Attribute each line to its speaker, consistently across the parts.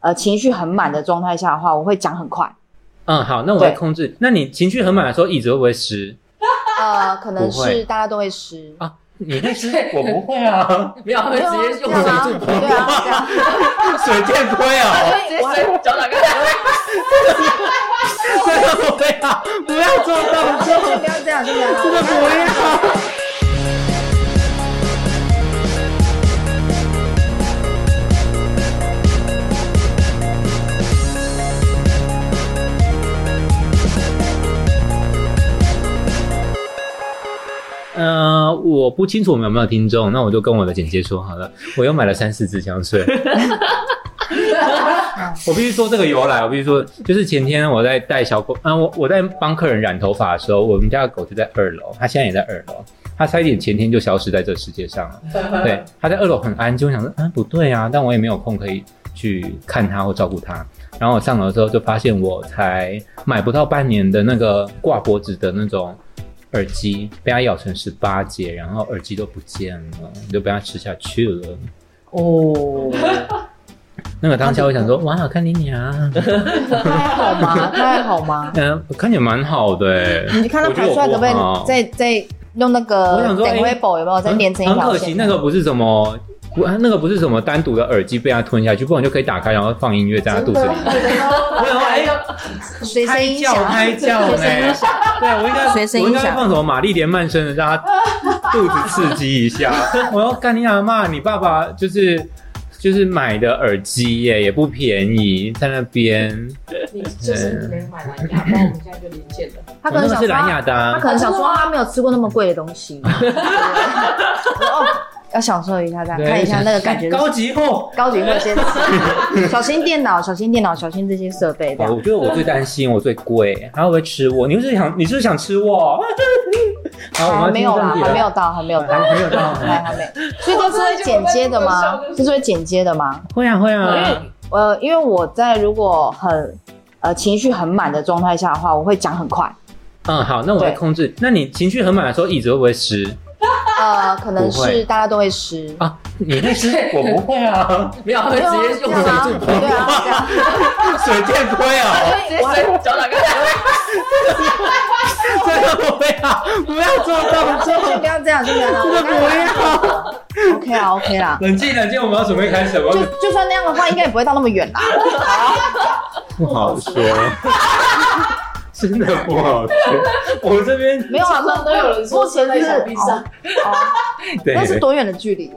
Speaker 1: 呃情绪很满的状态下的话，我会讲很快，
Speaker 2: 嗯，好，那我来
Speaker 1: 对
Speaker 2: 控制。那你情绪很满的时候，椅子会不会湿
Speaker 1: 呃，可能
Speaker 2: 不会
Speaker 1: 是大家都会湿。
Speaker 2: 啊？你会湿，我不 会 啊，
Speaker 3: 没有，会
Speaker 1: 对啊
Speaker 3: 直接用
Speaker 1: 对啊
Speaker 3: 水
Speaker 2: 柱
Speaker 1: 对啊，对啊
Speaker 2: 水电不会 啊，
Speaker 3: 直 接水脚打开。
Speaker 2: 真的不会啊， 不要做动作，
Speaker 1: 不要这样，不要这
Speaker 2: 真的
Speaker 1: 样。
Speaker 2: 不要。呃，我不清楚我们有没有听众，那我就跟我的简介说好了。我又买了三四支香水。我必须说这个由来，我必须说，就是前天我在带小狗，嗯、我我在帮客人染头发的时候，我们家的狗就在二楼，它现在也在二楼，它差一点前天就消失在这世界上了。对，它在二楼很安静，我想说，啊，不对啊，但我也没有空可以去看它或照顾它。然后我上楼之后就发现，我才买不到半年的那个挂脖子的那种耳机，被它咬成十八节，然后耳机都不见了，就被它吃下去了。
Speaker 3: 哦，
Speaker 2: 那个当下我想说，哇，看你娘！
Speaker 1: 他还好 吗？他还好吗？
Speaker 2: 嗯，我看起来蛮好的、欸。
Speaker 1: 你看他
Speaker 2: 我觉
Speaker 1: 排
Speaker 2: 得
Speaker 1: 出来可
Speaker 2: 我
Speaker 1: 不可以
Speaker 2: 好
Speaker 1: 再再用那
Speaker 2: 我
Speaker 1: 个
Speaker 2: 想说哎
Speaker 1: d e v e 有没有再连成一
Speaker 2: 很
Speaker 1: 条
Speaker 2: 可惜，
Speaker 1: 线？
Speaker 2: 那个不是什么，不那个不是什么单独的耳机被它吞下去，不然就可以打开然后放音乐在它肚子里。我想说，哎、
Speaker 1: 随
Speaker 2: 胎
Speaker 1: 身音
Speaker 2: 教
Speaker 1: 响，
Speaker 2: 胎教呢？对，我应该
Speaker 1: 随身
Speaker 2: 我应
Speaker 1: 音
Speaker 2: 该
Speaker 1: 响
Speaker 2: 放什么玛丽莲曼生的，让他肚子刺激一下。 我要干你阿妈，你爸爸就是就是买的耳机耶，也不便宜，在那边。
Speaker 4: 你就是没买蓝牙，不然我们现在就连线了。
Speaker 1: 他可能想
Speaker 2: 哦那
Speaker 1: 说
Speaker 2: 个是蓝牙的啊、
Speaker 1: 他可能想说他没有吃过那么贵的东 西，对哦，要享受一下这样，
Speaker 2: 对
Speaker 1: 看一下那个感觉。
Speaker 2: 高级货。
Speaker 1: 高级 会先吃，小心电脑，小心电脑，小心这些设备这
Speaker 2: 哦
Speaker 1: 样。
Speaker 2: 我觉得我最担心，我最贵，他会不会吃我？你是不是想，你是不是想吃我？ 好，我
Speaker 1: 还
Speaker 2: 们要
Speaker 1: 啊没
Speaker 2: 进
Speaker 1: 有啦，
Speaker 2: 正题
Speaker 1: 还
Speaker 2: 了
Speaker 1: 没有到，还没有到，
Speaker 2: 还没有到
Speaker 1: 还还没有。所以这是会剪接的吗？这是会剪接的吗？
Speaker 2: 会啊会啊
Speaker 3: 嗯，
Speaker 1: 呃，因为我在如果很呃情绪很满的状态下的话，我会讲很快，
Speaker 2: 嗯好，那我来
Speaker 1: 对
Speaker 2: 控制。那你情绪很满的时候，椅子会不会湿
Speaker 1: 呃，可能
Speaker 2: 不会
Speaker 1: 是大家都会湿。
Speaker 2: 啊？你 会湿，我不会啊，
Speaker 3: 没有，会
Speaker 1: 对啊
Speaker 3: 直接用
Speaker 1: 这样啊
Speaker 3: 水柱
Speaker 1: 对啊，这样
Speaker 2: 水电不会啊，
Speaker 3: 直接水脚 打开。
Speaker 2: 真的不会啊，不要做动
Speaker 1: 先
Speaker 2: 作，
Speaker 1: 不 要这样，先不要
Speaker 2: 真的
Speaker 1: 这
Speaker 2: 不啊
Speaker 1: 样。
Speaker 2: 要。
Speaker 1: OK 啦，OK 啦，
Speaker 2: 冷静冷静，我们要准备开始，我
Speaker 1: 就就算那样的话，应该也不会到那么远啦。
Speaker 2: 不 好说，真的不好说。我们这边
Speaker 1: 没有啊，
Speaker 4: 常常都有人说
Speaker 1: 目前
Speaker 4: 在
Speaker 1: 是
Speaker 4: 墙壁上，
Speaker 1: 哦哦
Speaker 2: 对
Speaker 1: 那是多远的距离？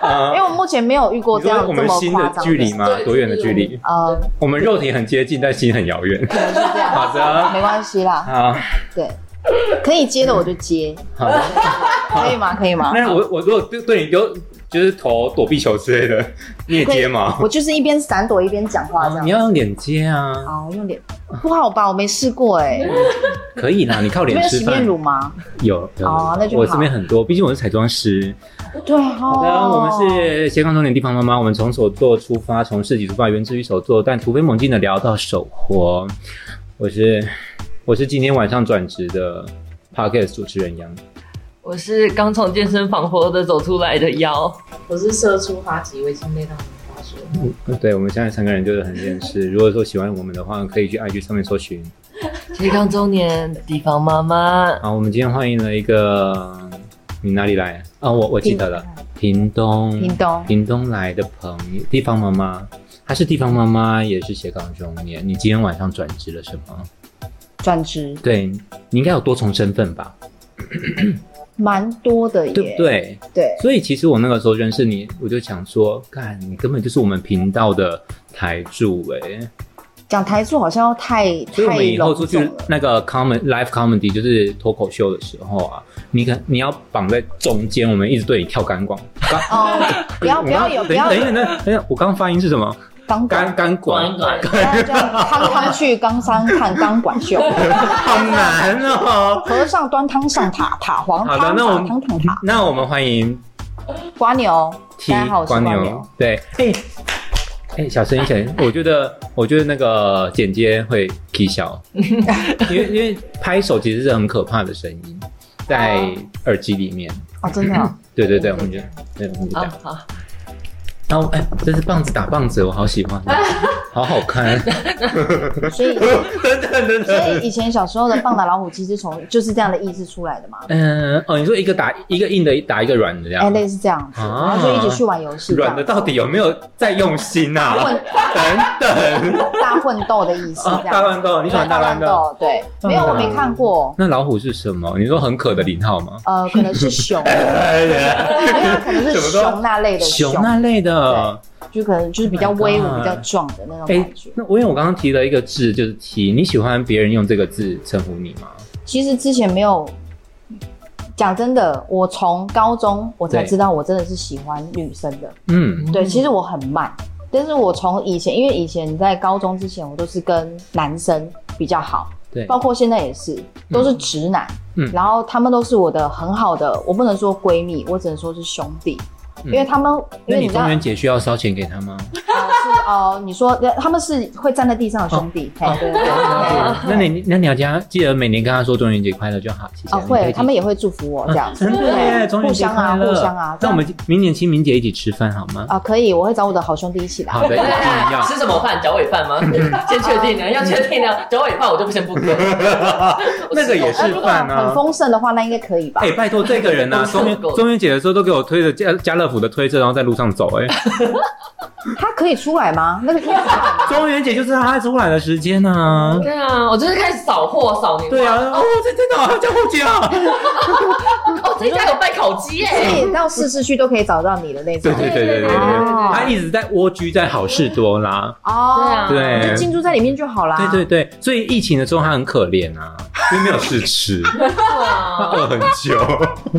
Speaker 2: 啊
Speaker 1: 因为我目前没有遇过
Speaker 2: 你
Speaker 1: 这
Speaker 2: 说
Speaker 1: 样这
Speaker 2: 我们
Speaker 1: 么
Speaker 2: 心
Speaker 1: 夸
Speaker 2: 的
Speaker 1: 张
Speaker 2: 距离吗？
Speaker 4: 对
Speaker 2: 多远的距离？
Speaker 1: 呃，
Speaker 2: 我们肉体很接近，但心很遥 远。
Speaker 1: 可能是这样，
Speaker 2: 好的，
Speaker 1: 没关系啦，
Speaker 2: 好，
Speaker 1: 对，可以接的我就接，
Speaker 2: 好的。
Speaker 1: 可以吗？可以吗？
Speaker 2: 那我我如果对对你丢，就是投躲避球之类的，你也接吗？哦
Speaker 1: 我就是一边闪躲一边讲话这
Speaker 2: 你
Speaker 1: 样。
Speaker 2: 要用脸接啊，
Speaker 1: 哦，用脸不好吧？我没试过哎，
Speaker 2: 可 以啦，你靠
Speaker 1: 你
Speaker 2: 脸
Speaker 1: 们有
Speaker 2: 吃
Speaker 1: 洗面
Speaker 2: 饭。
Speaker 1: 乳吗？
Speaker 2: 有有
Speaker 1: 哦那就
Speaker 2: 我
Speaker 1: 好
Speaker 2: 这边很多，毕竟我是彩妆师。
Speaker 1: 对
Speaker 2: 好的，啊我
Speaker 1: 哦，
Speaker 2: 们是斜杠中年地方妈妈，我们从手作出发，从市集出发，源自于手作，但突飞猛进的聊到手活。我是我是今天晚上转职的 podcast 主持人杨。
Speaker 3: 我是刚从健身房活的走出来的腰，
Speaker 4: 我是射出哈吉，我已经累到没话说。
Speaker 2: 对，我们现在三个人就是很认识。如果说喜欢我们的话，可以去 IG 上面搜寻。
Speaker 3: 斜杠中年地方妈妈，
Speaker 2: 好，我们今天欢迎了一个，你哪里来？啊，我我记得了，屏东，
Speaker 1: 屏东
Speaker 2: 屏东来的朋友，地方妈妈，她是地方妈妈，也是斜杠中年。你今天晚上转职了什么？
Speaker 1: 转职
Speaker 2: 对你应该有多重身份吧，
Speaker 1: 蛮多的耶，
Speaker 2: 对不对？
Speaker 1: 对
Speaker 2: 所以其实我那个时候认识你，我就想说，干，你根本就是我们频道的台柱哎、
Speaker 1: 讲台柱好像要太
Speaker 2: 所以我
Speaker 1: 太
Speaker 2: 们以后出
Speaker 1: 隆重
Speaker 2: 去
Speaker 1: 了。
Speaker 2: 那个 common live comedy 就是脱口秀的时候啊，你可你要绑在中间，我们一直对你跳钢管。钢
Speaker 1: 哦，不要不要有
Speaker 2: 我
Speaker 1: 不
Speaker 2: 刚
Speaker 1: 要
Speaker 2: 等一下等一下等一下，我刚刚发音是什么？
Speaker 1: 钢
Speaker 2: 钢
Speaker 1: 管，
Speaker 2: 钢管，
Speaker 3: 钢
Speaker 1: 不要叫康康去冈山看钢管秀，
Speaker 2: 好难哦。
Speaker 1: 和尚端汤上塔，塔黄
Speaker 2: 好
Speaker 1: 汤
Speaker 2: 的，那我
Speaker 1: 塔
Speaker 2: 们
Speaker 1: 汤塔塔，
Speaker 2: 那我们欢迎
Speaker 1: 瓜牛，
Speaker 2: 踢
Speaker 1: 大家好，我是
Speaker 2: 瓜
Speaker 1: 瓜
Speaker 2: 牛
Speaker 1: 牛，，
Speaker 2: 对，哎、哎、小声一点， 我觉得我觉得那个剪接会踢小，因为因为拍手其实是很可怕的声音，在耳机里面，
Speaker 1: 哦，真的啊，
Speaker 2: 对对对，我们就对我们就这
Speaker 3: 啊好
Speaker 2: 样，
Speaker 3: 好，
Speaker 2: 然后哎、这是棒子打棒子，我好 喜欢，好好看。
Speaker 1: 所以
Speaker 2: 等等等
Speaker 1: 所
Speaker 2: 等，
Speaker 1: 以以前小时候的棒打老虎机是从就是这样的意志出来的嘛，
Speaker 2: 嗯，哦，你说一个打一个硬的打一个软的这
Speaker 1: 哎，
Speaker 2: 样，
Speaker 1: 类似这样子，然后就一起去玩游戏，这
Speaker 2: 啊软
Speaker 1: 样
Speaker 2: 的到底有没有在用心 啊？
Speaker 1: 混
Speaker 2: 等等，
Speaker 1: 大混斗的意思，
Speaker 2: 啊
Speaker 1: 这样子
Speaker 2: 大乱斗你喜欢
Speaker 1: 对
Speaker 2: 大
Speaker 1: 大
Speaker 2: 乱斗嗯
Speaker 1: 斗？对，没有，我没看过，
Speaker 2: 那老虎是什么？你说很渴的零号吗？
Speaker 1: 呃，可能是 熊，哎没有，可能是
Speaker 2: 什么都
Speaker 1: 熊那类的
Speaker 2: 熊那类的，
Speaker 1: 就可能就是比较威武
Speaker 2: Oh、my
Speaker 1: 比
Speaker 2: God
Speaker 1: 较壮的那种
Speaker 2: 哎、
Speaker 1: 感觉。
Speaker 2: 那因为我刚刚提了一个字，就是“提”，你喜欢别人用这个字称呼你吗？
Speaker 1: 其实之前没有，讲真的，我从高中我才
Speaker 2: 对
Speaker 1: 知道我真的是喜欢女生的。
Speaker 2: 嗯，
Speaker 1: 对，其实我很慢，但是我从以前，因为以前在高中之前，我都是跟男生比较好，
Speaker 2: 对，
Speaker 1: 包括现在也是，都是直男。
Speaker 2: 嗯
Speaker 1: 然后他们都是我的很好的，我不能说闺蜜，我只能说是兄弟，
Speaker 2: 嗯
Speaker 1: 因为他们，因
Speaker 2: 那
Speaker 1: 为
Speaker 2: 你
Speaker 1: 你知道，
Speaker 2: 中
Speaker 1: 呃
Speaker 2: 元节需要烧钱给他吗？
Speaker 1: 是哦，你说他们是会站在地上的兄弟，嘿对对对对。
Speaker 2: 哦那你那你要加记得每年跟他说中元节快乐就好，谢谢。
Speaker 1: 啊，
Speaker 2: 你可以
Speaker 1: 会，
Speaker 2: 记
Speaker 1: 他们也会祝福我这样子，
Speaker 2: 真的耶，中元
Speaker 1: 互
Speaker 2: 节
Speaker 1: 相
Speaker 2: 快
Speaker 1: 啊，
Speaker 2: 乐，
Speaker 1: 互相啊，这
Speaker 2: 那我
Speaker 1: 样
Speaker 2: 们明年清明节一起吃饭好吗？
Speaker 1: 啊，可以，我会找我的好兄弟一起来。
Speaker 2: 好的，一定要。
Speaker 3: 哎吃什么饭？脚尾 饭吗？先确定啊，要确定啊，脚尾饭我就不先不割。
Speaker 2: 那个也是
Speaker 1: 那呃如果
Speaker 2: 饭啊
Speaker 1: 哎很。丰盛的话，那应该可以吧
Speaker 2: 哎、？拜托这 个人啊，
Speaker 3: 我是
Speaker 2: 中元
Speaker 3: 狗
Speaker 2: 中元节的时候都给我推着家家乐福的推车，然后在路上走、 哎，
Speaker 1: 他可以出来吗？那个可以出来 吗
Speaker 2: 中元节就是他出来的时间啊。
Speaker 3: 对啊，我就是开始扫货扫年。
Speaker 2: 对啊，，哦，这真的好像叫后街啊。
Speaker 3: 哦，这家有卖烤鸡耶、
Speaker 1: 所以到市市区都可以找到你的那种
Speaker 2: 对。对对对对对，
Speaker 1: 啊
Speaker 2: 他一直在蜗居在好事多啦。
Speaker 1: 哦，
Speaker 3: 对
Speaker 2: 啊
Speaker 1: 就进驻在里面就好啦。
Speaker 2: 对对对，所以疫情的时候他很可怜啊， 因为没有事吃，他
Speaker 3: 啊，
Speaker 2: 饿很久。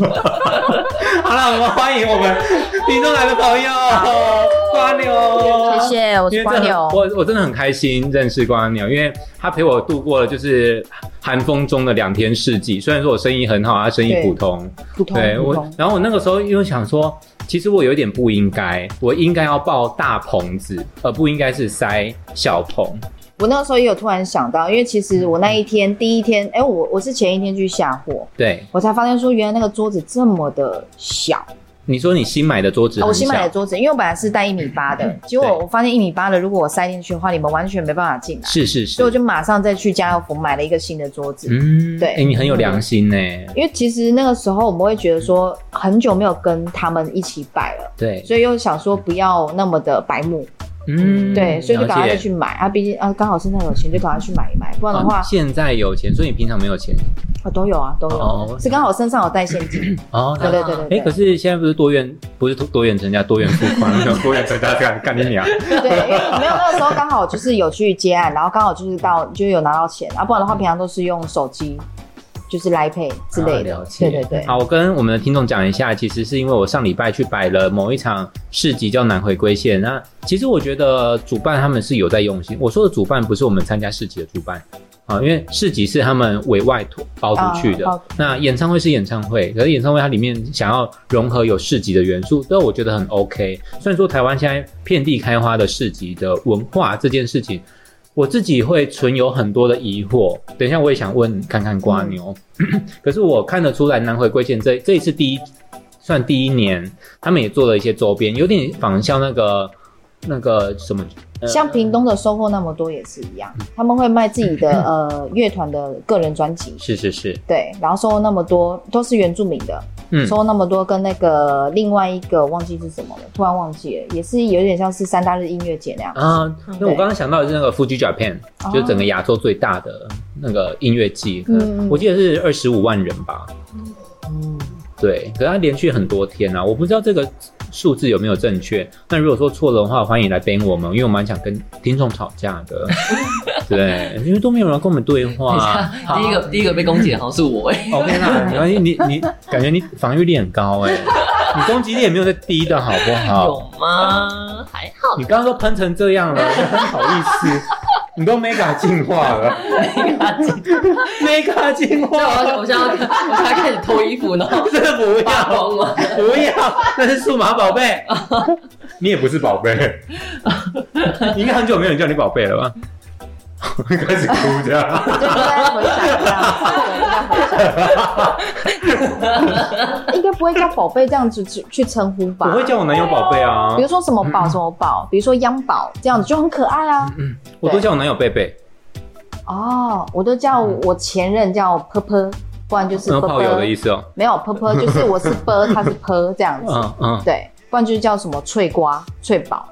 Speaker 2: 好了，我们欢迎我们听众来的朋友瓜牛，
Speaker 1: 谢。谢，我是
Speaker 2: 因为
Speaker 1: 瓜
Speaker 2: 这很
Speaker 1: 牛。
Speaker 2: 我我真的很开心认识瓜牛，因为他陪我度过了就是寒风中的两天四季。虽然说我生意很好，他生意
Speaker 1: 对
Speaker 2: 普通，
Speaker 1: 普通
Speaker 2: 对
Speaker 1: 普
Speaker 2: 我
Speaker 1: 通，，
Speaker 2: 然后我那个时候又想说，其实我有点不应该，我应该要抱大棚子，而不应该是塞小棚。
Speaker 1: 我那个时候也有突然想到，因为其实我那一天第一天，哎，我我是前一天去下货，
Speaker 2: 对，
Speaker 1: 我才发现说原来那个桌子这么的小。
Speaker 2: 你说你新买的桌
Speaker 1: 啊
Speaker 2: 子很小，嗯
Speaker 1: 我新买的桌子，因为我本来是带一米八的，结果我发现一米八的，如果我塞进去的话，你们完全没办法进来，
Speaker 2: 是是
Speaker 1: 所以我
Speaker 2: 是，
Speaker 1: 就马上再去家乐福买了一个新的桌子。
Speaker 2: 嗯
Speaker 1: 对
Speaker 2: 哎，你很有良心呢。
Speaker 1: 因为其实那个时候我们会觉得说，很久没有跟他们一起摆了，
Speaker 2: 对，
Speaker 1: 所以又想说不要那么的白目，
Speaker 2: 嗯
Speaker 1: 对，所以就赶快再。去
Speaker 2: 了解
Speaker 1: 买啊，毕竟啊刚好现在有钱就赶快去买一买，不然的话
Speaker 2: 哦现在有钱，所以你平常没有钱
Speaker 1: 啊都有啊都
Speaker 2: 哦
Speaker 1: 有，是刚好身上有带现 金，
Speaker 2: 哦。
Speaker 1: 对对对对
Speaker 2: 哎，可
Speaker 1: 对
Speaker 2: 是现在不是多元，不是多多元成家，多元付款，没有多元成家干干你娘！
Speaker 1: 对，因为没有那个时候刚好就是有去接案，然后刚好就是到就有拿到钱，啊不然的
Speaker 2: 嗯
Speaker 1: 话平常都是用手机。就是来配之类
Speaker 2: 啊了
Speaker 1: 的，
Speaker 2: 解
Speaker 1: 对对对，
Speaker 2: 好，我跟我们的听众讲一下，其实是因为我上礼拜去摆了某一场市集叫南回归线。那其实我觉得主办他们是有在用心。我说的主办不是我们参加市集的主办啊，因为市集是他们委外托包出去的。
Speaker 1: 啊包
Speaker 2: 那演唱会是演唱会，可是演唱会它里面想要融合有市集的元素，这我觉得很 OK。虽然说台湾现在遍地开花的市集的文化这件事情。我自己会存有很多的疑惑，等一下我也想问看看瓜牛， 可是我看得出来，南回归线这这一次第一算第一年，他们也做了一些周边，有点仿效那个那个什么，呃
Speaker 1: 像屏东的收获那么多也是一样，
Speaker 2: 嗯
Speaker 1: 他们会卖自己的 呃乐团的个人专辑，
Speaker 2: 是是是，
Speaker 1: 对，然后收了那么多都是原住民的，
Speaker 2: 嗯，
Speaker 1: 收了那么多跟那个另外一个忘记是什么了，突然忘记了，也是有点像是三大日音乐节那样。
Speaker 2: 啊，那我
Speaker 1: 对
Speaker 2: 刚刚想到的是那个 Fuji Japan，
Speaker 1: 哦
Speaker 2: 就是整个亚洲最大的那个音乐季，
Speaker 1: 嗯
Speaker 2: 可能我记得是二十五万人吧，
Speaker 1: 嗯，
Speaker 2: 对，可是它连续很多天啊，我不知道这个数字有没有正确。那如果说错了的话，欢迎来 ban 我们，因为我蛮想跟听众吵架的。对，因为都没有人跟我们对话、啊 好
Speaker 3: 第一个第一个被攻击的好像是我哎、
Speaker 2: OK 啦，没关系，你你感觉你防御力很高哎、你攻击力也没有在低的好不
Speaker 3: 有
Speaker 2: 好？
Speaker 3: 吗？还好
Speaker 2: 你刚刚都喷成这样了，真好意思，你都 mega 进化了，mega 进
Speaker 3: 那
Speaker 2: 化
Speaker 3: 我啊要我现在要我现在开始脱衣服，然 后
Speaker 2: 真的不
Speaker 3: 扒
Speaker 2: 要
Speaker 3: 光 了。
Speaker 2: 不要，那是数码宝 贝，你也不是宝贝，应该很久没有人叫你宝贝了吧？开始哭这样。
Speaker 1: 就应该回想这样子，对应该回 想，应该不会叫宝贝这样子去去称呼吧？
Speaker 2: 我会叫我男友宝贝啊
Speaker 1: 比，如说什么宝什么宝，比如说央宝这样子就很可爱啊。
Speaker 2: 我都叫我男友贝贝，嗯
Speaker 1: 哦，我都叫我前任叫泼泼，不然就是
Speaker 2: 然
Speaker 1: 泼
Speaker 2: 后
Speaker 1: 泼
Speaker 2: 炮友的意思哦。
Speaker 1: 没有泼泼，就是我是波，他是泼这样子，
Speaker 2: 嗯嗯，
Speaker 1: 对，不然就是叫什么脆瓜、脆宝，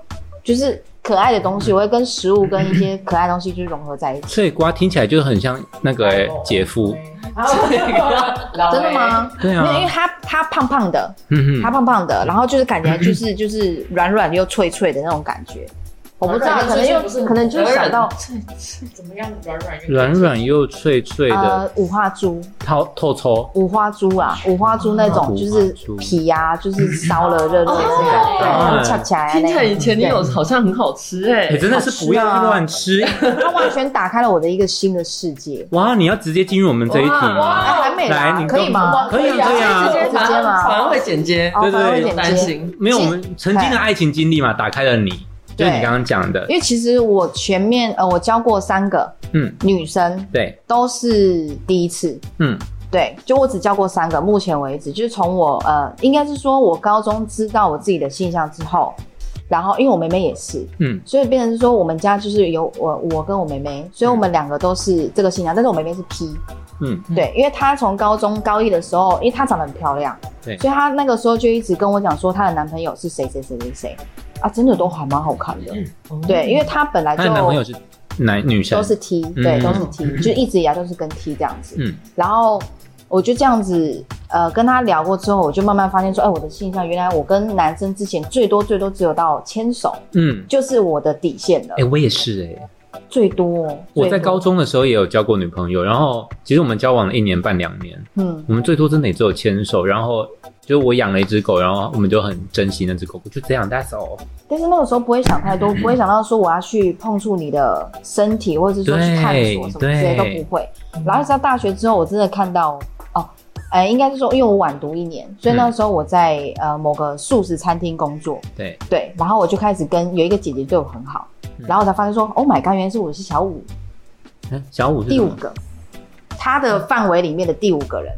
Speaker 1: 就是可爱的东西，我会跟食物跟一些可爱的东西就是融合在一起。
Speaker 2: 脆瓜听起来就很像那个
Speaker 1: 哎
Speaker 2: 欸姐夫，
Speaker 4: 啊
Speaker 1: 真的？吗？
Speaker 2: 对
Speaker 1: 没有，因为
Speaker 2: 啊，
Speaker 1: 他他胖胖的，
Speaker 2: 嗯
Speaker 1: 他胖胖的，然后就是感觉 就是就是软软又脆脆的那种感觉。我不知道，
Speaker 3: 哦
Speaker 1: 可能又可能就是想到
Speaker 4: 怎么样软软
Speaker 2: 软软又脆脆的，
Speaker 1: 呃五花猪，
Speaker 2: 透透抽，
Speaker 1: 五花猪啊，五花猪那种就是皮呀、啊，就是烧了热热的这个，对，然后翘起来
Speaker 3: 哦听起
Speaker 1: 那
Speaker 3: 来以前你有好像很好吃哎
Speaker 2: 你，真的
Speaker 1: 啊
Speaker 2: 是不要乱 吃
Speaker 1: 它完全打开了我的一个新的世界。
Speaker 2: 哇！你要直接进入我们这一题吗？
Speaker 1: 哎，还美
Speaker 2: 来
Speaker 1: 啦
Speaker 2: 你，
Speaker 1: 可以吗？
Speaker 2: 可以啊，可以
Speaker 3: 直
Speaker 2: 啊，
Speaker 3: 接
Speaker 1: 直接吗
Speaker 3: 反而会剪接，
Speaker 1: 哦，
Speaker 2: 对对
Speaker 1: 反而会
Speaker 2: 对
Speaker 1: 剪
Speaker 3: 担
Speaker 1: 接。
Speaker 3: 心。
Speaker 2: 没有我们曾经的爱情经历嘛，打开了你，就是你刚刚讲的，
Speaker 1: 因为其实我前面呃，我教过三个
Speaker 2: 嗯，
Speaker 1: 女生，
Speaker 2: 对，
Speaker 1: 都是第一次，
Speaker 2: 嗯
Speaker 1: 对，就我只教过三个，目前为止，就是从我呃，应该是说我高中知道我自己的性向之后，然后因为我妹妹也是，
Speaker 2: 嗯
Speaker 1: 所以变成说我们家就是有我我跟我妹妹，所以我们两个都是这个性向，但是我妹妹是 P，
Speaker 2: 嗯，
Speaker 1: 对，因为她从高中高一的时候，因为她长得很漂亮，
Speaker 2: 对
Speaker 1: 所以她那个时候就一直跟我讲说她的男朋友是谁谁谁谁谁，啊，真的都还蛮好看的，对，因为她本来就
Speaker 2: 嗯她的男朋友是男女生，
Speaker 1: 都是 T，对，
Speaker 2: 嗯
Speaker 1: 都是 T，、就 一直以来都是跟 T 这样子。
Speaker 2: 嗯
Speaker 1: 然后我就这样子，呃，跟他聊过之后，我就慢慢发现说，哎，我的性向原来我跟男生之前最多最多只有到牵手，
Speaker 2: 嗯，
Speaker 1: 就是我的底线了，
Speaker 2: 哎，我也是哎，
Speaker 1: 最多。
Speaker 2: 我
Speaker 1: 最
Speaker 2: 在
Speaker 1: 多
Speaker 2: 高，中的时候也有交过女朋友，然后其实我们交往了一年半两年，
Speaker 1: 嗯，
Speaker 2: 我们最多真的也只有牵手，然后就是我养了一只狗，然后我们就很珍惜那只狗狗，就这样，That's all。
Speaker 1: 但是那个时候不会想太多，不会想到说我要去碰触你的身体，或者是说去探索什么之类都
Speaker 2: 对
Speaker 1: 不会。
Speaker 4: 嗯
Speaker 1: 然后直到大学之后，我真的看到哦，哎，应该是说，因为我晚读一年，所以
Speaker 2: 嗯
Speaker 1: 那时候我在、呃某个素食餐厅工作，
Speaker 2: 对，
Speaker 1: 对，然后我就开始跟有一个姐姐对我很好，然后我才发现说，Oh my god，原来是我是小五
Speaker 2: 嗯小五是
Speaker 1: 第
Speaker 2: 什
Speaker 1: 五
Speaker 2: 么
Speaker 1: 个，她的范围里面的第五个人，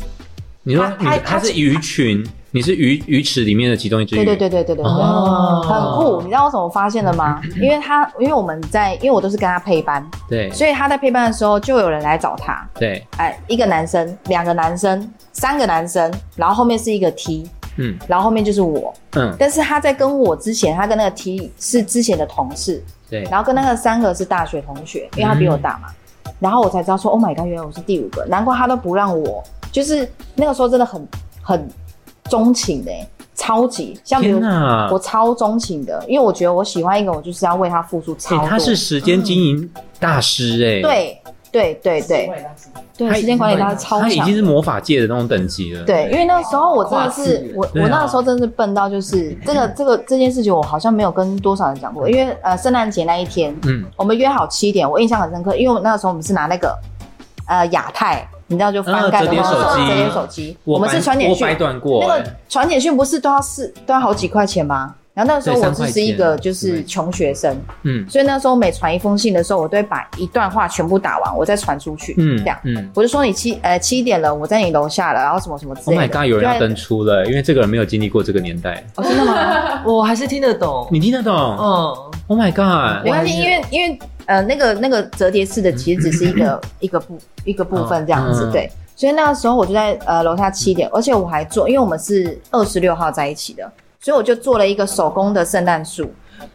Speaker 2: 你说
Speaker 1: 他
Speaker 2: 你
Speaker 1: 他
Speaker 2: 它
Speaker 1: 他
Speaker 2: 是鱼群，你是鱼鱼池里面的其中一只鱼。
Speaker 1: 对对对对对对对，
Speaker 2: 哦嗯
Speaker 1: 很酷。你知道我怎么发现的吗？因为她，因为我们在，因为我都是跟她配班，
Speaker 2: 对
Speaker 1: 所以她在配班的时候就有人来找她，
Speaker 2: 对，
Speaker 1: 哎，一个男生，两个男生，三个男生，然后后面是一个 T，
Speaker 2: 嗯
Speaker 1: 然后后面就是我。
Speaker 2: 嗯
Speaker 1: 但是她在跟我之前，她跟那个 T 是之前的同事，
Speaker 2: 对，
Speaker 1: 然后跟那个三个是大学同学，因为他比我大嘛。
Speaker 2: 嗯
Speaker 1: 然后我才知道说，Oh my god，原来我是第五个，难怪他都不让我。就是那个时候真的很很钟情的、欸超级像比
Speaker 2: 天
Speaker 1: 如
Speaker 2: 哪
Speaker 1: 我！超钟情的，因为我觉得我喜欢一个，我就是要为他付出超
Speaker 2: 哎
Speaker 1: 多。嗯
Speaker 2: 他是时间经营大师哎，，
Speaker 1: 对对对对对，
Speaker 2: 他已
Speaker 1: 时间管理他超
Speaker 2: 他已
Speaker 1: 强
Speaker 2: 经。是魔法界的那种等级了。
Speaker 1: 对，因为那时候我真的
Speaker 3: 跨次
Speaker 1: 是
Speaker 3: 元
Speaker 1: 我、
Speaker 2: 对啊
Speaker 1: 我那个时候真的是笨到就是这个这个这件事情，我好像没有跟多少人讲过，因为呃圣诞节那一天，
Speaker 2: 嗯，
Speaker 1: 我们约好七点，我印象很深刻，因为我那个时候我们是拿那个呃亚太，你知道就翻盖
Speaker 2: 嗯
Speaker 1: 的
Speaker 2: 折叠
Speaker 1: 那种
Speaker 2: 手机
Speaker 1: 折叠手机，
Speaker 2: 我
Speaker 1: 我们
Speaker 2: 掰
Speaker 1: 是传简
Speaker 2: 我
Speaker 1: 讯
Speaker 2: 掰，断过
Speaker 1: 那
Speaker 2: 哎，
Speaker 1: 个传简讯不是都要四都要好几块钱吗？然后那个时候
Speaker 2: 对
Speaker 1: 我
Speaker 2: 三块
Speaker 1: 只
Speaker 2: 钱
Speaker 1: 是一个就是穷学生，
Speaker 2: 嗯
Speaker 1: 所以那时候每传一封信的时候，我都会把一段话全部打完，我再传出去，
Speaker 2: 嗯
Speaker 1: 这样。
Speaker 2: 嗯。
Speaker 1: 我就说你七呃七点了，我在你楼下了，然后什么什么之
Speaker 2: Oh
Speaker 1: 类的。
Speaker 2: my god！有人要
Speaker 1: 对
Speaker 2: 登出了，因为这个人没有经历过这个年代。
Speaker 1: 哦，真的吗？
Speaker 3: 我还是听得懂，
Speaker 2: 你听得懂
Speaker 1: 哦
Speaker 3: 嗯，
Speaker 2: ？Oh my god！
Speaker 1: 没关系，因为因为呃，那个那个折叠式的其实只是一 个一个部一个部分这样子，
Speaker 2: 嗯
Speaker 1: 对。所以那个时候我就在呃楼下七点，而且我还做，因为我们是二十六号在一起的，所以我就做了一个手工的圣诞树，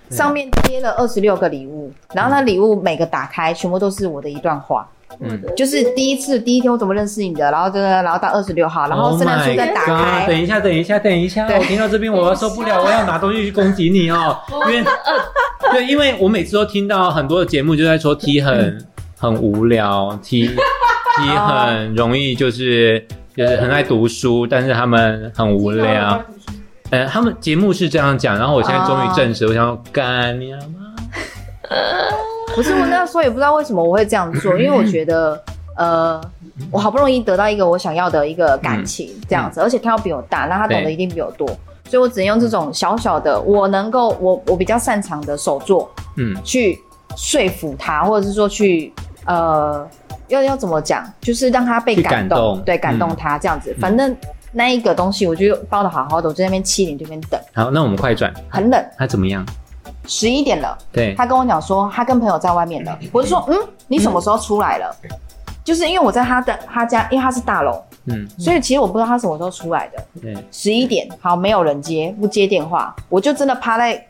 Speaker 2: 对
Speaker 1: 上面贴了二十六个礼物，然后那礼物每个打开，全部都是我的一段话，
Speaker 2: 嗯
Speaker 1: 就是第一次第一天我怎么认识你的，然后这个然后到二十六号，然后圣诞树再打
Speaker 2: Oh my
Speaker 1: 开
Speaker 2: god，等一下，等一下，等一下，
Speaker 1: 对
Speaker 2: 我听到这边我要受不了，
Speaker 4: 等一
Speaker 2: 我
Speaker 4: 下
Speaker 2: 要拿东西去攻击你哦，因为对，因为我每次都听到很多的节目就在说 T 很
Speaker 1: 嗯
Speaker 2: 很无聊，T T 很容易就是。就是很爱读书，但是他们很无
Speaker 1: 哦
Speaker 2: 聊。，呃，他们节目是这样讲，然后我现在终于证实，我想要干你啊妈！
Speaker 1: 不是我那时候也不知道为什么我会这样 做，因为我觉得，呃，我好不容易得到一个我想要的一个感情，这样子，而且他要比我大，那他懂得
Speaker 2: 嗯对
Speaker 1: 一定比我多，所以我只能用这种小小的，我能够，我我比较擅长的手作
Speaker 2: 嗯，
Speaker 1: 去说服他，或者是说去呃，要要怎么讲，就是让他被
Speaker 2: 去
Speaker 1: 感
Speaker 2: 感
Speaker 1: 动，
Speaker 2: 动
Speaker 1: 对，感动
Speaker 2: 嗯
Speaker 1: 他这样子。反正那一个东西，我就包的好好的，我就在那边七点这边等，
Speaker 2: 好，那我们快转，
Speaker 1: 很冷，
Speaker 2: 他怎么样？
Speaker 1: 十一点了。
Speaker 2: 对，
Speaker 1: 他跟我讲说，他跟朋友在外面了。我就说，嗯，你什么时候出来了？就是因为我在他的他家，因为他是大楼，
Speaker 2: 嗯，
Speaker 1: 所以其实我不知道他什么时候出来的。
Speaker 2: 对，
Speaker 1: 十一点，好，没有人接，不接电话，我就真的趴在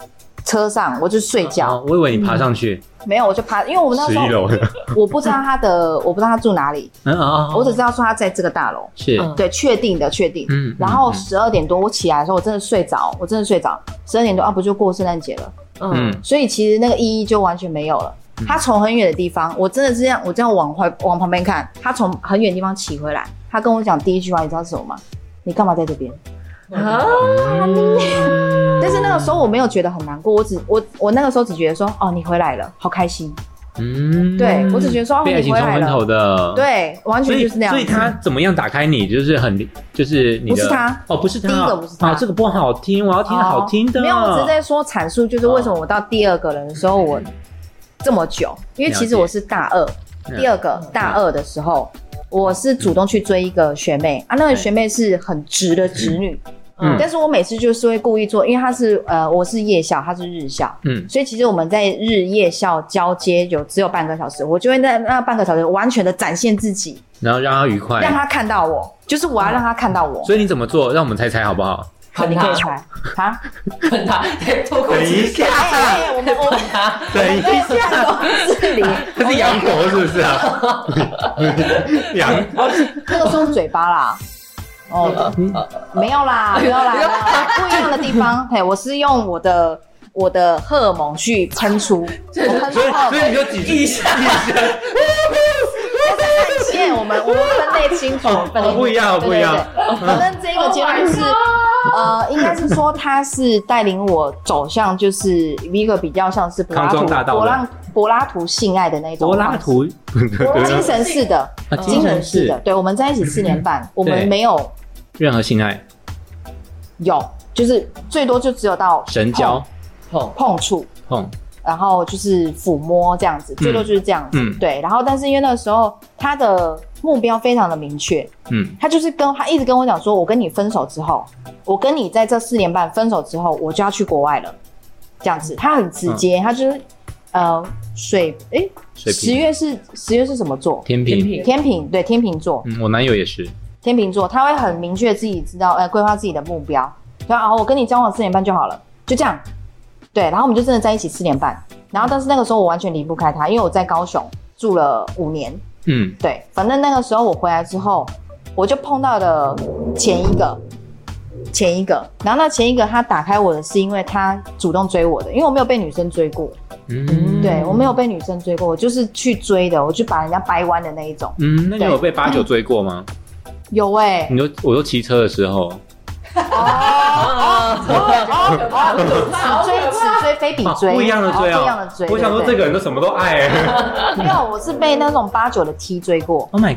Speaker 1: 车上，我就睡
Speaker 2: 哦
Speaker 1: 觉，
Speaker 2: 我以为你爬上去
Speaker 1: 没有，我就趴，因嗯为我那
Speaker 2: 嗯十
Speaker 1: 时
Speaker 2: 一
Speaker 1: 候
Speaker 2: 楼了，
Speaker 1: 我不知道他的， 我不知道他住哪里，
Speaker 2: 嗯啊，哦
Speaker 1: 我只知道说他在这个大楼，
Speaker 2: 是，
Speaker 3: 嗯
Speaker 1: 对，确定的，确定。
Speaker 2: 嗯
Speaker 1: 然后
Speaker 2: 嗯
Speaker 1: 十二点多我起来的时候，我真的睡着，我真的睡着，十二点多啊，不就过圣诞节了？
Speaker 3: 嗯，
Speaker 1: 所以其实那个意义就完全没有了。
Speaker 2: 嗯
Speaker 1: 他从很远的地方，我真的是这样，我这样往回往旁边看，他从很远的地方骑回来，他跟我讲第一句话，你知道是什么吗？你干嘛在这边？
Speaker 3: 啊，
Speaker 2: 嗯
Speaker 1: 但是那个时候我没有觉得很难过，我只我我那个时候只觉得说，哦，你回来了，好开心。
Speaker 2: 嗯
Speaker 1: 对我只觉得说哦
Speaker 2: 被爱情
Speaker 1: 你回
Speaker 2: 冲
Speaker 1: 来
Speaker 2: 昏
Speaker 1: 了
Speaker 2: 头的，。
Speaker 1: 对，完
Speaker 2: 所
Speaker 1: 全
Speaker 2: 以，
Speaker 1: 就是那样
Speaker 2: 嗯
Speaker 1: 子。
Speaker 2: 所以他怎么样打开你，就是很，就是你的，
Speaker 1: 不是他
Speaker 2: 哦，不是他，
Speaker 1: 第一个不是他
Speaker 2: 啊，这个不好听，我要听
Speaker 1: 哦
Speaker 2: 好听的，
Speaker 1: 没有，我只是在说阐述，就是为什么我到第二个人的时候，我这么久，因为其实我是大二，
Speaker 2: 嗯
Speaker 1: 第二个大二的时候，我是主动去追一个学妹啊，那个学妹是很直的直女，
Speaker 2: 嗯
Speaker 1: 但是我每次就是会故意做，因为她是呃，我是夜校，她是日校。
Speaker 2: 嗯，
Speaker 1: 所以其实我们在日夜校交接有只有半个小时，我就会在那半个小时完全的展现自己，
Speaker 2: 然后让他愉快
Speaker 1: 让，她看到我，就是我要让她看到我。
Speaker 2: 所以你怎么做？让我们猜猜好不哎好？
Speaker 1: 好，
Speaker 3: 啃
Speaker 1: 你可
Speaker 3: 他
Speaker 1: 以，猜 啊！
Speaker 3: 啃他，对，脱裤子，
Speaker 2: 下
Speaker 1: 哎哎哎我们我们
Speaker 3: 啃他，
Speaker 2: 对
Speaker 1: 对，这样都是零。
Speaker 2: 他是羊驼是不是 啊？羊，
Speaker 1: 那个时候是嘴巴 啦。哦，
Speaker 2: 嗯
Speaker 1: 没有啦， 没有啦，没有啦不一样的地方。嘿，我是用我的我的荷尔蒙去喷 出，我喷出
Speaker 2: 所以
Speaker 1: 荷尔
Speaker 2: 所
Speaker 1: 蒙。
Speaker 2: 以你就几一下，
Speaker 1: 但是现在我们我们分类清楚
Speaker 2: 哦，
Speaker 1: 分类
Speaker 2: 哦不一样哦不一样
Speaker 1: 对
Speaker 2: 嗯
Speaker 1: 对对反正这个阶段是
Speaker 4: Oh my
Speaker 1: 呃，应该是说他是带领我走向就是一个比较像是柏拉
Speaker 2: 康
Speaker 1: 图
Speaker 2: 庄大道的
Speaker 1: 柏拉柏拉图性爱的那种
Speaker 2: 柏拉
Speaker 1: 方式
Speaker 2: 图，
Speaker 1: 精神式的
Speaker 2: 啊
Speaker 1: 精
Speaker 2: 精
Speaker 1: 神
Speaker 2: 神
Speaker 1: 式的
Speaker 2: 是。
Speaker 1: 对，我们在一起四年半，我们
Speaker 2: 对
Speaker 1: 没有
Speaker 2: 任何性爱
Speaker 1: 有，就是最多就只有到
Speaker 2: 神交
Speaker 3: 哦，
Speaker 1: 碰碰触，
Speaker 2: 碰，
Speaker 1: 然后就是抚摸这样子，最多就是这样子。
Speaker 2: 嗯
Speaker 1: 对，然后但是因为那个时候他的目标非常的明确，
Speaker 2: 嗯
Speaker 1: 他就是跟他一直跟我讲说，我跟你分手之后，我跟你在这四年半分手之后，我就要去国外了，这样子，他很直接，他就是呃水诶，
Speaker 2: 嗯水
Speaker 1: 十
Speaker 2: 瓶
Speaker 1: 月是十月是什么座？
Speaker 2: 天
Speaker 3: 甜
Speaker 2: 平，
Speaker 3: 品，
Speaker 1: 天平对天平座，
Speaker 2: 嗯，我男友也是，
Speaker 1: 天秤座，他会很明确自己知道，呃，规划自己的目标。然后、啊我跟你交往四年半就好了，就这样。对，然后我们就真的在一起四年半。然后，但是那个时候我完全离不开他，因为我在高雄住了五年。
Speaker 2: 嗯，
Speaker 1: 对，反正那个时候我回来之后，我就碰到了前一个，前一个。然后那前一个他打开我的是因为他主动追我的，因为我没有被女生追过，
Speaker 2: 嗯，
Speaker 1: 对我没有被女生追过，我就是去追的，我去把人家掰弯的那一种。
Speaker 2: 嗯，那你
Speaker 1: 对
Speaker 2: 有被八九追过吗？
Speaker 1: 有哎、
Speaker 2: 你就我就骑车的时候，
Speaker 1: 哦啊
Speaker 3: 哦，
Speaker 1: 只追只追非比追，
Speaker 2: 啊不一样的追
Speaker 1: 哦不
Speaker 2: 啊，
Speaker 1: 一样的追。
Speaker 2: 我想说
Speaker 1: 对
Speaker 2: 这
Speaker 1: 对
Speaker 2: 个人都什么都爱欸
Speaker 1: 没有，我是被那种八九的 T 追过，
Speaker 2: ，Oh my
Speaker 3: 啊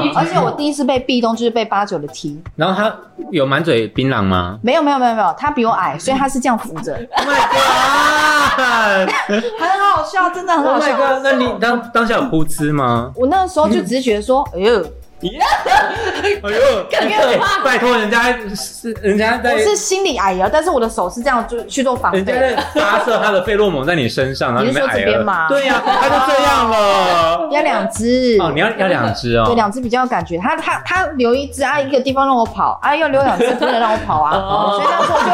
Speaker 2: god！
Speaker 4: 嗯
Speaker 1: 而且我第一次被壁咚就是被八九的 T，
Speaker 2: 然后他有满嘴槟榔吗
Speaker 1: 没有没有没有没有，他比我矮，所以他是这样扶着，
Speaker 2: ？Oh my god！
Speaker 1: 很好笑，真的很
Speaker 2: Oh
Speaker 1: 好
Speaker 2: my
Speaker 1: 笑。
Speaker 2: god！那你当当下有噗嗤吗？
Speaker 1: 我那个时候就只是觉得 说，哎呦，
Speaker 2: 哎呦，哎拜托人家是人家在
Speaker 1: 我是心里矮呀，但是我的手是这样就去做防
Speaker 2: 人家
Speaker 1: 备。
Speaker 2: 在发射他的费洛蒙在你身上，然后
Speaker 1: 你
Speaker 2: 你
Speaker 1: 是
Speaker 2: 被
Speaker 1: 说
Speaker 2: 矮
Speaker 1: 这边吗
Speaker 2: 了。对呀，他就这样了。
Speaker 1: 要两只
Speaker 2: 哦，你要要两只
Speaker 1: 对
Speaker 2: 哦。
Speaker 1: 两只比较有感觉，他他他留一只啊，一个地方让我跑啊，又留两只不能让我跑 啊，
Speaker 3: 哦
Speaker 1: 所以那时候我就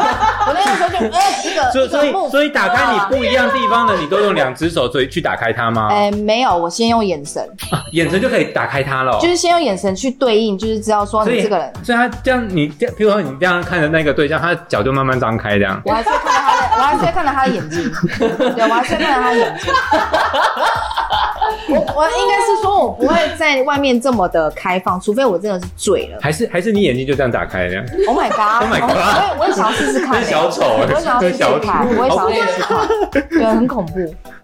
Speaker 1: 我那个时候就哎一
Speaker 2: 所
Speaker 1: 个
Speaker 2: 以
Speaker 1: 一
Speaker 2: 所
Speaker 1: 个
Speaker 2: 以
Speaker 1: 木
Speaker 2: 所以打开你不一样地方的，你都用两只手所以去打开它吗？
Speaker 1: 哎，没有，我先用眼神，
Speaker 2: 眼神就可以打开它了。哦
Speaker 1: 就是先用眼神去对应，就是知道说
Speaker 2: 所
Speaker 1: 你
Speaker 2: 以
Speaker 1: 这个人。
Speaker 2: 所以他这样，你这样，譬如说你这样看着那个对象，他的脚就慢慢张开这样。
Speaker 1: 我还是会看到他的，我还是会看到他的眼睛，对，我还是会看到他的眼睛。我我应该是说，我不会在外面这么的开放，除非我真的是醉了。
Speaker 2: 还是还是你眼睛就这样打开这样，
Speaker 1: Oh my god！
Speaker 2: Oh my god
Speaker 1: 我也我也想要试试看、欸
Speaker 2: 真小丑
Speaker 1: 我也想要试
Speaker 2: 真
Speaker 1: 试
Speaker 2: 小丑
Speaker 1: 看，我也想要试试看，对，很恐怖。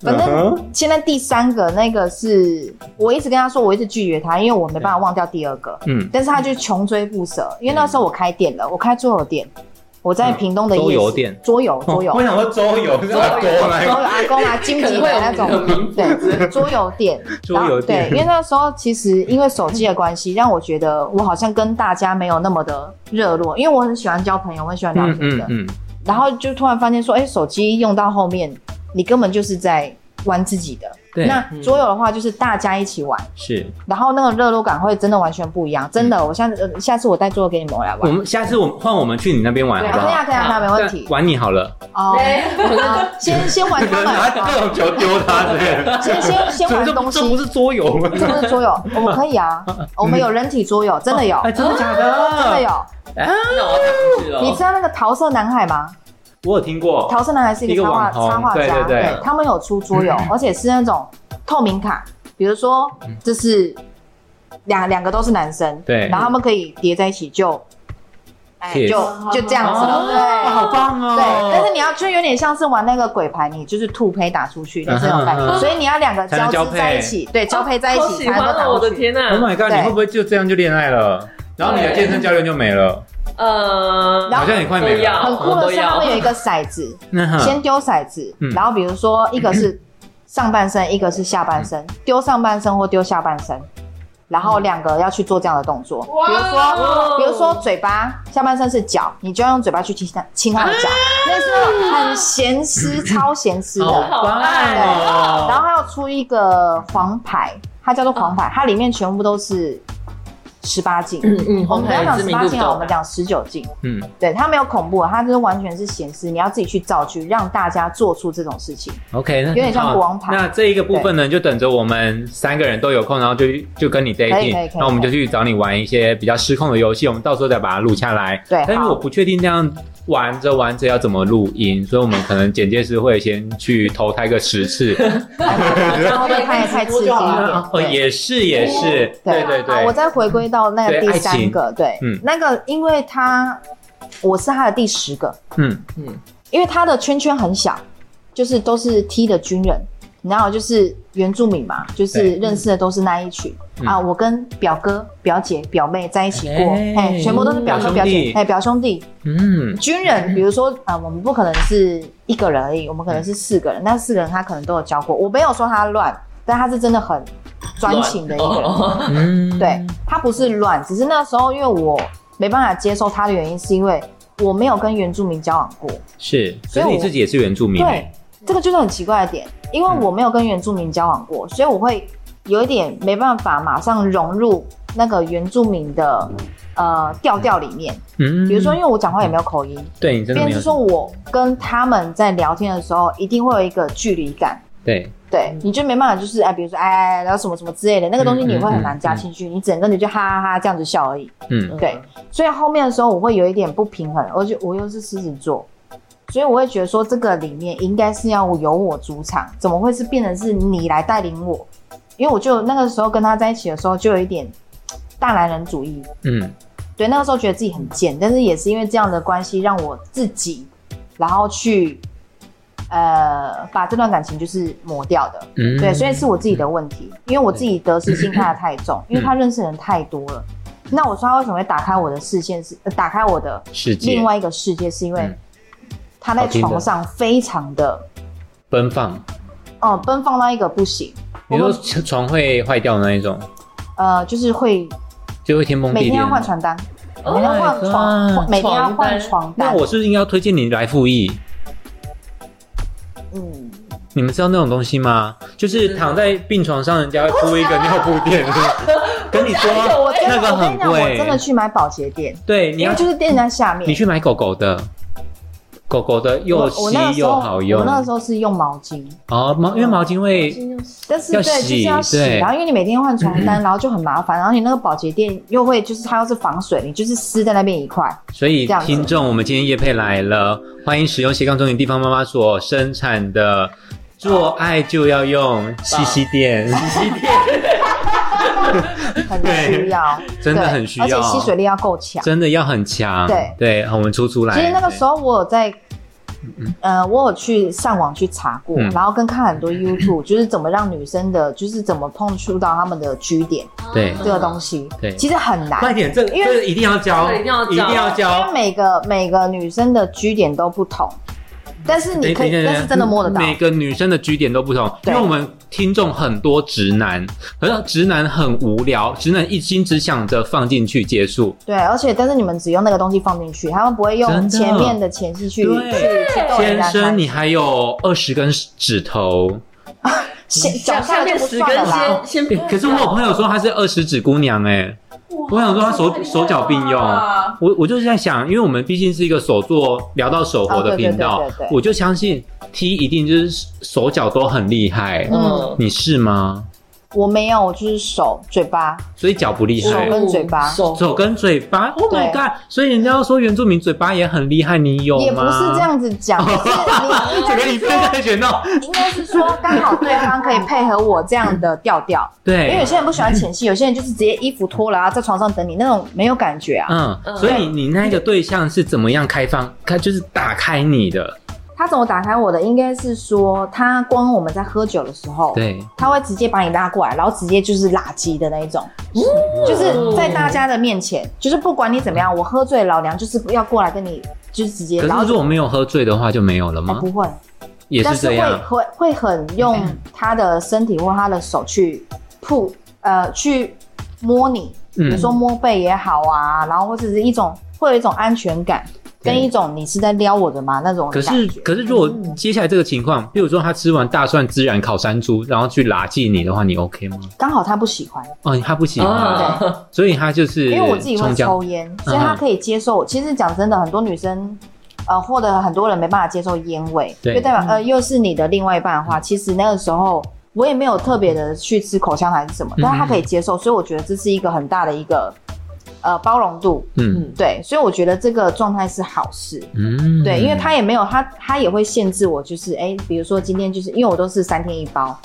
Speaker 1: 反
Speaker 2: 嗯
Speaker 1: 正现在第三个那个是我一直跟他说，我一直拒绝他，因为我没办法忘掉第二个。
Speaker 2: 嗯，
Speaker 1: 但是他就穷追不舍，因为那时候我开店了，我开桌游店，我在屏东的夜市
Speaker 2: 嗯桌游店
Speaker 1: 桌游桌游
Speaker 2: 我想说周游是吧？多 来
Speaker 1: 然后阿公啊、金吉的那
Speaker 3: 哦可能
Speaker 1: 种
Speaker 3: 会有名，
Speaker 1: 对，桌游店，
Speaker 2: 桌游店
Speaker 1: 然后对，因为那时候其实因为手机的关系，让我觉得我好像跟大家没有那么的热络，因为我很喜欢交朋友，我很喜欢聊
Speaker 2: 嗯
Speaker 1: 天
Speaker 2: 嗯
Speaker 1: 的，
Speaker 2: 嗯，
Speaker 1: 然后就突然发现说，哎，手机用到后面，你根本就是在玩自己的。
Speaker 2: 对，
Speaker 1: 那
Speaker 3: 嗯
Speaker 1: 桌游的话，就是大家一起玩，
Speaker 2: 是
Speaker 1: 然后那个热络感会真的完全不一样，真
Speaker 2: 嗯
Speaker 1: 的。我下次、呃下次我带桌游给你们玩来
Speaker 2: 我
Speaker 1: 玩，
Speaker 2: 们下次我们换我们去你那边玩
Speaker 3: 对
Speaker 2: 好不
Speaker 1: 可以
Speaker 2: 好？
Speaker 1: 啊，可以啊，那没问题
Speaker 2: 但。玩你好了，
Speaker 1: 哦， 好先 先玩他
Speaker 2: 拿
Speaker 1: 们，
Speaker 2: 各种球丢他之类的。
Speaker 1: 先 先先玩东西
Speaker 2: 这。不是桌游 吗？
Speaker 1: 这不是桌游，我们可以 啊，我们有人体桌游，真的有，
Speaker 2: 嗯哎，哦
Speaker 1: 真
Speaker 2: 真的假
Speaker 1: 的
Speaker 2: 的？
Speaker 1: 有。
Speaker 3: 那我要带出去了。
Speaker 1: 你知道那个桃色男孩吗？
Speaker 2: 我有听过，
Speaker 1: 桃色男孩是一个插画
Speaker 2: 一个网红
Speaker 1: 插画
Speaker 2: 对
Speaker 1: 家，
Speaker 2: 对嗯对
Speaker 1: 他们有出桌游，而且是那种透明卡，比如说这是两两个都是男生，
Speaker 2: 嗯对
Speaker 1: 然后他们可以叠在一起就，哎，
Speaker 2: Kiss
Speaker 1: 就就这样子
Speaker 2: 哦哇，
Speaker 1: 了，对。
Speaker 2: 好棒哦！
Speaker 1: 对，但是你要就有点像是玩那个鬼牌，你就是兔胚打出去，就是那种感
Speaker 2: 嗯嗯
Speaker 1: 觉，
Speaker 2: 嗯
Speaker 1: 所以你要两个
Speaker 2: 才能
Speaker 1: 交织
Speaker 2: 交配
Speaker 1: 在一起，对，交配在一
Speaker 3: 好
Speaker 1: 起
Speaker 3: 喜
Speaker 1: 才能
Speaker 3: 欢
Speaker 1: 够打
Speaker 3: 哦！我
Speaker 1: 出
Speaker 3: 的
Speaker 1: 去。
Speaker 3: 天呐
Speaker 2: Oh，my Oh god！
Speaker 1: 对
Speaker 2: 你会不会就这样就恋爱了？然后你的健身教练就没了，
Speaker 3: 呃，
Speaker 1: 然
Speaker 2: 好
Speaker 1: 后
Speaker 2: 像也快
Speaker 3: 都
Speaker 2: 没
Speaker 3: 要
Speaker 2: 了。
Speaker 1: 很酷的是，它
Speaker 3: 我都要
Speaker 1: 会有一个骰子，
Speaker 2: 那
Speaker 1: 先丢骰子
Speaker 2: 嗯，
Speaker 1: 然后比如说一个是上半身，一个是下半身，丢上半身或丢下半身，然后两个要去做这样的动作，
Speaker 4: 哇
Speaker 1: 比如说，比如说嘴巴，下半身是脚，你就要用嘴巴去亲他亲他的脚，那是那种很咸湿，超咸湿
Speaker 2: 好
Speaker 1: 的。
Speaker 2: 棒
Speaker 1: 对，然
Speaker 2: 哦！
Speaker 1: 后还要出一个黄牌，它叫做黄牌，它里面全部都是十八禁。
Speaker 3: 嗯嗯，
Speaker 1: 我们不要讲
Speaker 3: 知
Speaker 1: 十
Speaker 3: 名
Speaker 1: 八
Speaker 3: 度比
Speaker 1: 禁啊，
Speaker 3: 较
Speaker 1: 我们讲十九禁。
Speaker 2: 嗯，
Speaker 1: 对，它没有恐怖，啊它就是完全是显示你要自己去造句，让大家做出这种事情。
Speaker 2: OK，那
Speaker 1: 有点像
Speaker 2: 好
Speaker 1: 国王牌
Speaker 2: 那这一个部分呢，就等着我们三个人都有空，然后就就跟你
Speaker 1: 可以可以
Speaker 2: dating，
Speaker 1: 可以
Speaker 2: 那我们就去找你玩一些比较失控的游戏，我们到时候再把它录下来。
Speaker 1: 对
Speaker 2: 但是
Speaker 1: 好
Speaker 2: 哎我不确定这样玩着玩着要怎么录音，所以我们可能简介是会先去投胎个 十次。
Speaker 1: 然后会 太太刺激一点
Speaker 2: 哦，
Speaker 1: 啊对。
Speaker 2: 也是也是，对对
Speaker 1: 好，我
Speaker 2: 对，
Speaker 1: 再回归到那个
Speaker 2: 对
Speaker 1: 第
Speaker 2: 爱
Speaker 1: 三
Speaker 2: 情
Speaker 1: 个，对，
Speaker 2: 嗯
Speaker 1: 那个因为他我是他的第十个，
Speaker 2: 嗯，
Speaker 1: 因为他的圈圈很小，就是都是 T 的军人，然后就是原住民嘛，就是
Speaker 2: 对
Speaker 1: 认识的都是那一群、
Speaker 2: 嗯
Speaker 1: 啊。我跟表哥、表姐、表妹在一起过，
Speaker 2: 哎
Speaker 1: 哎、全部都是表哥、
Speaker 2: 表
Speaker 1: 表
Speaker 2: 兄弟
Speaker 1: 姐，哎，表兄弟。
Speaker 2: 嗯，
Speaker 1: 军人，比如说啊、呃我们不可能是一个人而已，我们可能是四
Speaker 2: 嗯
Speaker 1: 个人，那四个人他可能都有教过。我没有说他乱，但他是真的很专情的一个人。
Speaker 3: 哦
Speaker 2: 嗯，
Speaker 1: 对，他不是乱，只是那时候因为我没办法接受他的原因，是因为我没有跟原住民交往过。
Speaker 2: 是，
Speaker 1: 所
Speaker 2: 所
Speaker 1: 以
Speaker 2: 以
Speaker 1: 我
Speaker 2: 你自己也是原住民，欸
Speaker 1: 对，这个就是很奇怪的点，因
Speaker 2: 嗯
Speaker 1: 为我没有跟原住民交往过，所以我会有一点没办法马上融入那个原住民的呃调调里面。
Speaker 2: 嗯
Speaker 1: 比如说，因为我讲话也没有口音，
Speaker 2: 对你真的
Speaker 1: 变成
Speaker 2: 没有
Speaker 1: 是说我跟他们在聊天的时候，一定会有一个距离感。
Speaker 2: 对，
Speaker 1: 对，你就没办法，就是哎，比如说哎哎，哎然后什么什么之类的，那个东西
Speaker 2: 嗯
Speaker 1: 你会很
Speaker 2: 嗯
Speaker 1: 难加
Speaker 2: 嗯
Speaker 1: 进去，你只能跟着就哈哈哈这样子笑而已。
Speaker 2: 嗯，
Speaker 1: 对，所以后面的时候我会有一点不平衡，而且我又是狮子座，所以我会觉得说这个里面应该是要我有我主场，怎么会是变成是你来带领我？因为我就那个时候跟他在一起的时候，就有一点大男人主义，
Speaker 2: 嗯，
Speaker 1: 对，那个时候觉得自己很贱，但是也是因为这样的关系，让我自己然后去呃把这段感情就是磨掉的。
Speaker 2: 嗯，嗯
Speaker 1: 对，所以是我自己的问题，因为我自己得失心看得太重，因为他认识的人太多了。那我说他为什么会打开我的视线是、呃打开我的
Speaker 2: 世界
Speaker 1: 另外一个世界，是因为
Speaker 2: 嗯
Speaker 1: 他在
Speaker 2: 好听的
Speaker 1: 床上非常的
Speaker 2: 奔放，
Speaker 1: 哦、奔放到一个不行，我
Speaker 2: 你说
Speaker 1: 们
Speaker 2: 床会坏掉的那一种，
Speaker 1: 呃就是会
Speaker 2: 就会天崩
Speaker 1: 每
Speaker 2: 地
Speaker 1: 天
Speaker 2: 裂
Speaker 1: 要。换床单，每
Speaker 3: Oh
Speaker 1: 天要
Speaker 2: my
Speaker 1: 换床，
Speaker 2: God
Speaker 1: 每天要换床
Speaker 3: 床
Speaker 2: 那
Speaker 1: 单。
Speaker 2: 我是不是应该要推荐你来复议？
Speaker 1: 嗯，
Speaker 2: 你们知道那种东西吗？就是躺在病床上，人家会铺一个尿布垫，是不是 跟你说
Speaker 1: 哎我真的
Speaker 2: 那个
Speaker 1: 我跟你
Speaker 2: 很
Speaker 1: 讲，我
Speaker 2: 贵
Speaker 1: 真的去买保洁垫，
Speaker 2: 对，你
Speaker 1: 因
Speaker 2: 要
Speaker 1: 为就是垫在下面
Speaker 2: 你。去买狗狗的，狗狗的
Speaker 1: 我
Speaker 2: 又
Speaker 1: 我那个
Speaker 2: 稀
Speaker 1: 时候
Speaker 2: 又好用
Speaker 1: 我那个时候是用毛巾，
Speaker 2: 哦，毛因为毛巾会
Speaker 1: 但是
Speaker 2: 要
Speaker 1: 对，就是
Speaker 2: 洗
Speaker 1: 要洗，
Speaker 2: 对
Speaker 1: 然后因为你每天换床 单，然后就很麻烦，然后你那个保洁垫又会就是它又是防水，你就是湿在那边一块，
Speaker 2: 所以
Speaker 1: 这样子
Speaker 2: 听众，我们今天叶佩来了，欢迎使用斜杠中年地方妈妈所生产的。做爱就要用吸吸垫，
Speaker 1: 很
Speaker 2: 对
Speaker 1: 需要，
Speaker 2: 真的
Speaker 1: 对
Speaker 2: 很需
Speaker 1: 而且
Speaker 2: 要
Speaker 1: 吸水力要够强。
Speaker 2: 真的要很强。
Speaker 1: 对
Speaker 2: 对，我们出出来。
Speaker 1: 其实那个时
Speaker 2: 候，
Speaker 1: 候我有在呃，我有去上网去查过，
Speaker 2: 嗯
Speaker 1: 然后跟看很多 YouTube，就是怎么让女生的，就是怎么碰触到她们的居点
Speaker 2: 对
Speaker 1: 这个东西，
Speaker 2: 嗯对
Speaker 1: 其实很难，
Speaker 2: 快点，哦这
Speaker 1: 因为
Speaker 2: 这个一定要教，
Speaker 3: 这个一定要教
Speaker 2: 一定要
Speaker 1: 因
Speaker 2: 教
Speaker 1: 为。每个每个女生的居点都不同，但是你可以，
Speaker 2: 哎等一下
Speaker 1: 但是真的摸得到，
Speaker 2: 每个女生的居点都不同，因
Speaker 1: 对
Speaker 2: 为我们听众很多直男，可是直男很无聊，直男一心只想着放进去结束，
Speaker 1: 对，而且但是你们只用那个东西放进去，他们不会
Speaker 2: 真的
Speaker 1: 用前面的前戏去去
Speaker 2: 对
Speaker 1: 去逗人
Speaker 2: 先
Speaker 1: 家
Speaker 2: 生，
Speaker 1: 开
Speaker 2: 你还有二十根指头、
Speaker 1: 心，脚
Speaker 3: 像
Speaker 1: 下
Speaker 3: 下
Speaker 1: 就
Speaker 3: 面
Speaker 1: 不
Speaker 3: 十
Speaker 1: 算了
Speaker 3: 根
Speaker 1: 啦。
Speaker 3: 先先
Speaker 2: 欸可是我有朋友说她是二十指姑娘哎、我想说她手手脚并用
Speaker 4: 哇
Speaker 2: 我我就是在想，因为我们毕竟是一个手作聊到手活
Speaker 1: 哦
Speaker 2: 的
Speaker 1: 对对
Speaker 2: 频道，
Speaker 1: 对对对
Speaker 2: 我就相信 T 一定就是手脚都很厉害，
Speaker 1: 嗯
Speaker 3: 嗯，
Speaker 2: 你是吗？
Speaker 1: 我没有，我就是手、嘴巴，
Speaker 2: 所以脚不厉
Speaker 1: 手
Speaker 2: 害，
Speaker 1: 跟嘴巴
Speaker 3: 手
Speaker 2: 手跟嘴巴，Oh
Speaker 1: 对
Speaker 2: my god！所以人家都说原住民嘴巴也很厉害，你有吗？
Speaker 1: 也不是这，样子 讲，是你
Speaker 2: 整个你分在 选到
Speaker 1: 你应该是说刚好对方可以配合我这样的调 调，因为有
Speaker 2: 对，
Speaker 1: 些人不喜欢前戏，有些人就是直接衣服脱了啊，在床上等你，那种没有感觉啊。
Speaker 2: 嗯，
Speaker 3: 嗯
Speaker 2: 所以你那个对象是怎么样开放？开就是打开你的，
Speaker 1: 他怎么打开我的？应该是说他光我们在喝酒的时候，
Speaker 2: 对，
Speaker 1: 他会直接把你拉过来，然后直接就是拉鸡的那一种，就是在大家的面前，就是不管你怎么样，我喝醉，老娘就是要过来跟你，就是直接，
Speaker 2: 可
Speaker 1: 然
Speaker 2: 是
Speaker 1: 后
Speaker 2: 如果没有喝醉的话就没有了
Speaker 1: 哎
Speaker 2: 吗？
Speaker 1: 不会，
Speaker 2: 也
Speaker 1: 但
Speaker 2: 是
Speaker 1: 是
Speaker 2: 这
Speaker 1: 会
Speaker 2: 样，嗯
Speaker 1: 会会很用他的身体或他的手去扑呃去摸你，比如
Speaker 2: 嗯，
Speaker 1: 说摸背也好啊，然后或者是一种会有一种安全感，
Speaker 2: 对
Speaker 1: 跟一种你是在撩我的嘛那种
Speaker 2: 可
Speaker 1: 感
Speaker 2: 是
Speaker 1: 觉。
Speaker 2: 可是如果接下来这个情况，比如说他吃完大蒜孜然烤山猪，然后去拉近你的话，你 OK 吗？
Speaker 1: 刚好他不喜欢，
Speaker 2: 哦，他不喜欢，
Speaker 3: 啊，
Speaker 2: 所以他就是
Speaker 1: 因为我自己会
Speaker 2: 冲嗯这样
Speaker 1: 抽烟，所以他可以接受。其实讲真的，很多女生，呃，或者很多人没办法接受烟味，
Speaker 2: 对嗯
Speaker 1: 就代表呃，又是你的另外一半的话，其实那个时候我也没有特别的去吃口香还是什么，
Speaker 2: 嗯
Speaker 1: 但是他可以接受，所以我觉得这是一个很大的一个呃包容度，
Speaker 2: 嗯
Speaker 1: 对，所以我觉得这个状态是好事。
Speaker 2: 嗯，
Speaker 1: 对，因为他也没有他，他也会限制我，就是哎、比如说今天就是因为我都是三天一包，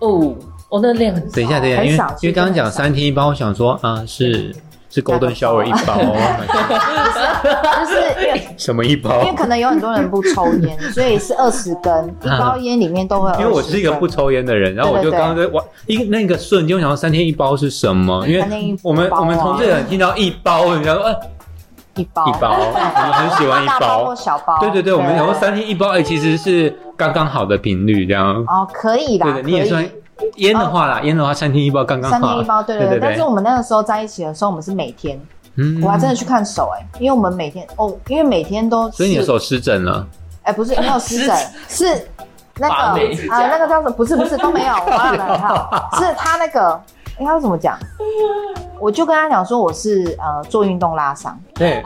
Speaker 3: 哦，哦，那量 很
Speaker 2: 等一下等一下，
Speaker 1: 很
Speaker 2: 因为
Speaker 1: 少
Speaker 2: 因为刚刚
Speaker 1: 其实真的很少
Speaker 2: 讲三天一包，我想说啊是是 golden shower 一包哦，
Speaker 1: 就是因为
Speaker 2: 什么一
Speaker 1: 因为
Speaker 2: 包？
Speaker 1: 可能有很多人不抽烟，所以是二十根，一
Speaker 2: 嗯
Speaker 1: 包烟里面都会有20
Speaker 2: 因
Speaker 1: 根。
Speaker 2: 为我是一个不抽烟的人，然后我
Speaker 1: 对
Speaker 2: 就
Speaker 1: 对对
Speaker 2: 刚刚在玩一个那个瞬间，我想到三天一包是什么？因
Speaker 1: 三天一
Speaker 2: 为
Speaker 1: 包啊
Speaker 2: 我们我们同事有人听到一包，我们想说哎
Speaker 1: 一包，
Speaker 2: 一包，我们很喜欢一
Speaker 1: 大包
Speaker 2: 包
Speaker 1: 或。小包。
Speaker 2: 对对对，我们想说三天一包，哎、其实是刚刚好的频率这样。
Speaker 1: 哦，可以啦，
Speaker 2: 对的，你也
Speaker 1: 可以哦
Speaker 2: 算烟的话啦，烟的话三天一包刚刚好。
Speaker 1: 三天一包，对
Speaker 2: 对
Speaker 1: 对
Speaker 2: 对
Speaker 1: 对。
Speaker 2: 对
Speaker 1: 但是我们那个时候在一起的时候，我们是每天，
Speaker 2: 嗯
Speaker 1: 我还真的去看手哎，因为我们每天哦，因为每天都是
Speaker 2: 所以你的手湿疹了，
Speaker 1: 哎不是没有湿疹，是那个
Speaker 3: 把妹
Speaker 1: 啊那个叫什么？不是不是都没有，我保养的很好， 是他那个应该怎么讲？我就跟他讲说我是呃做运动拉伤，
Speaker 2: 对，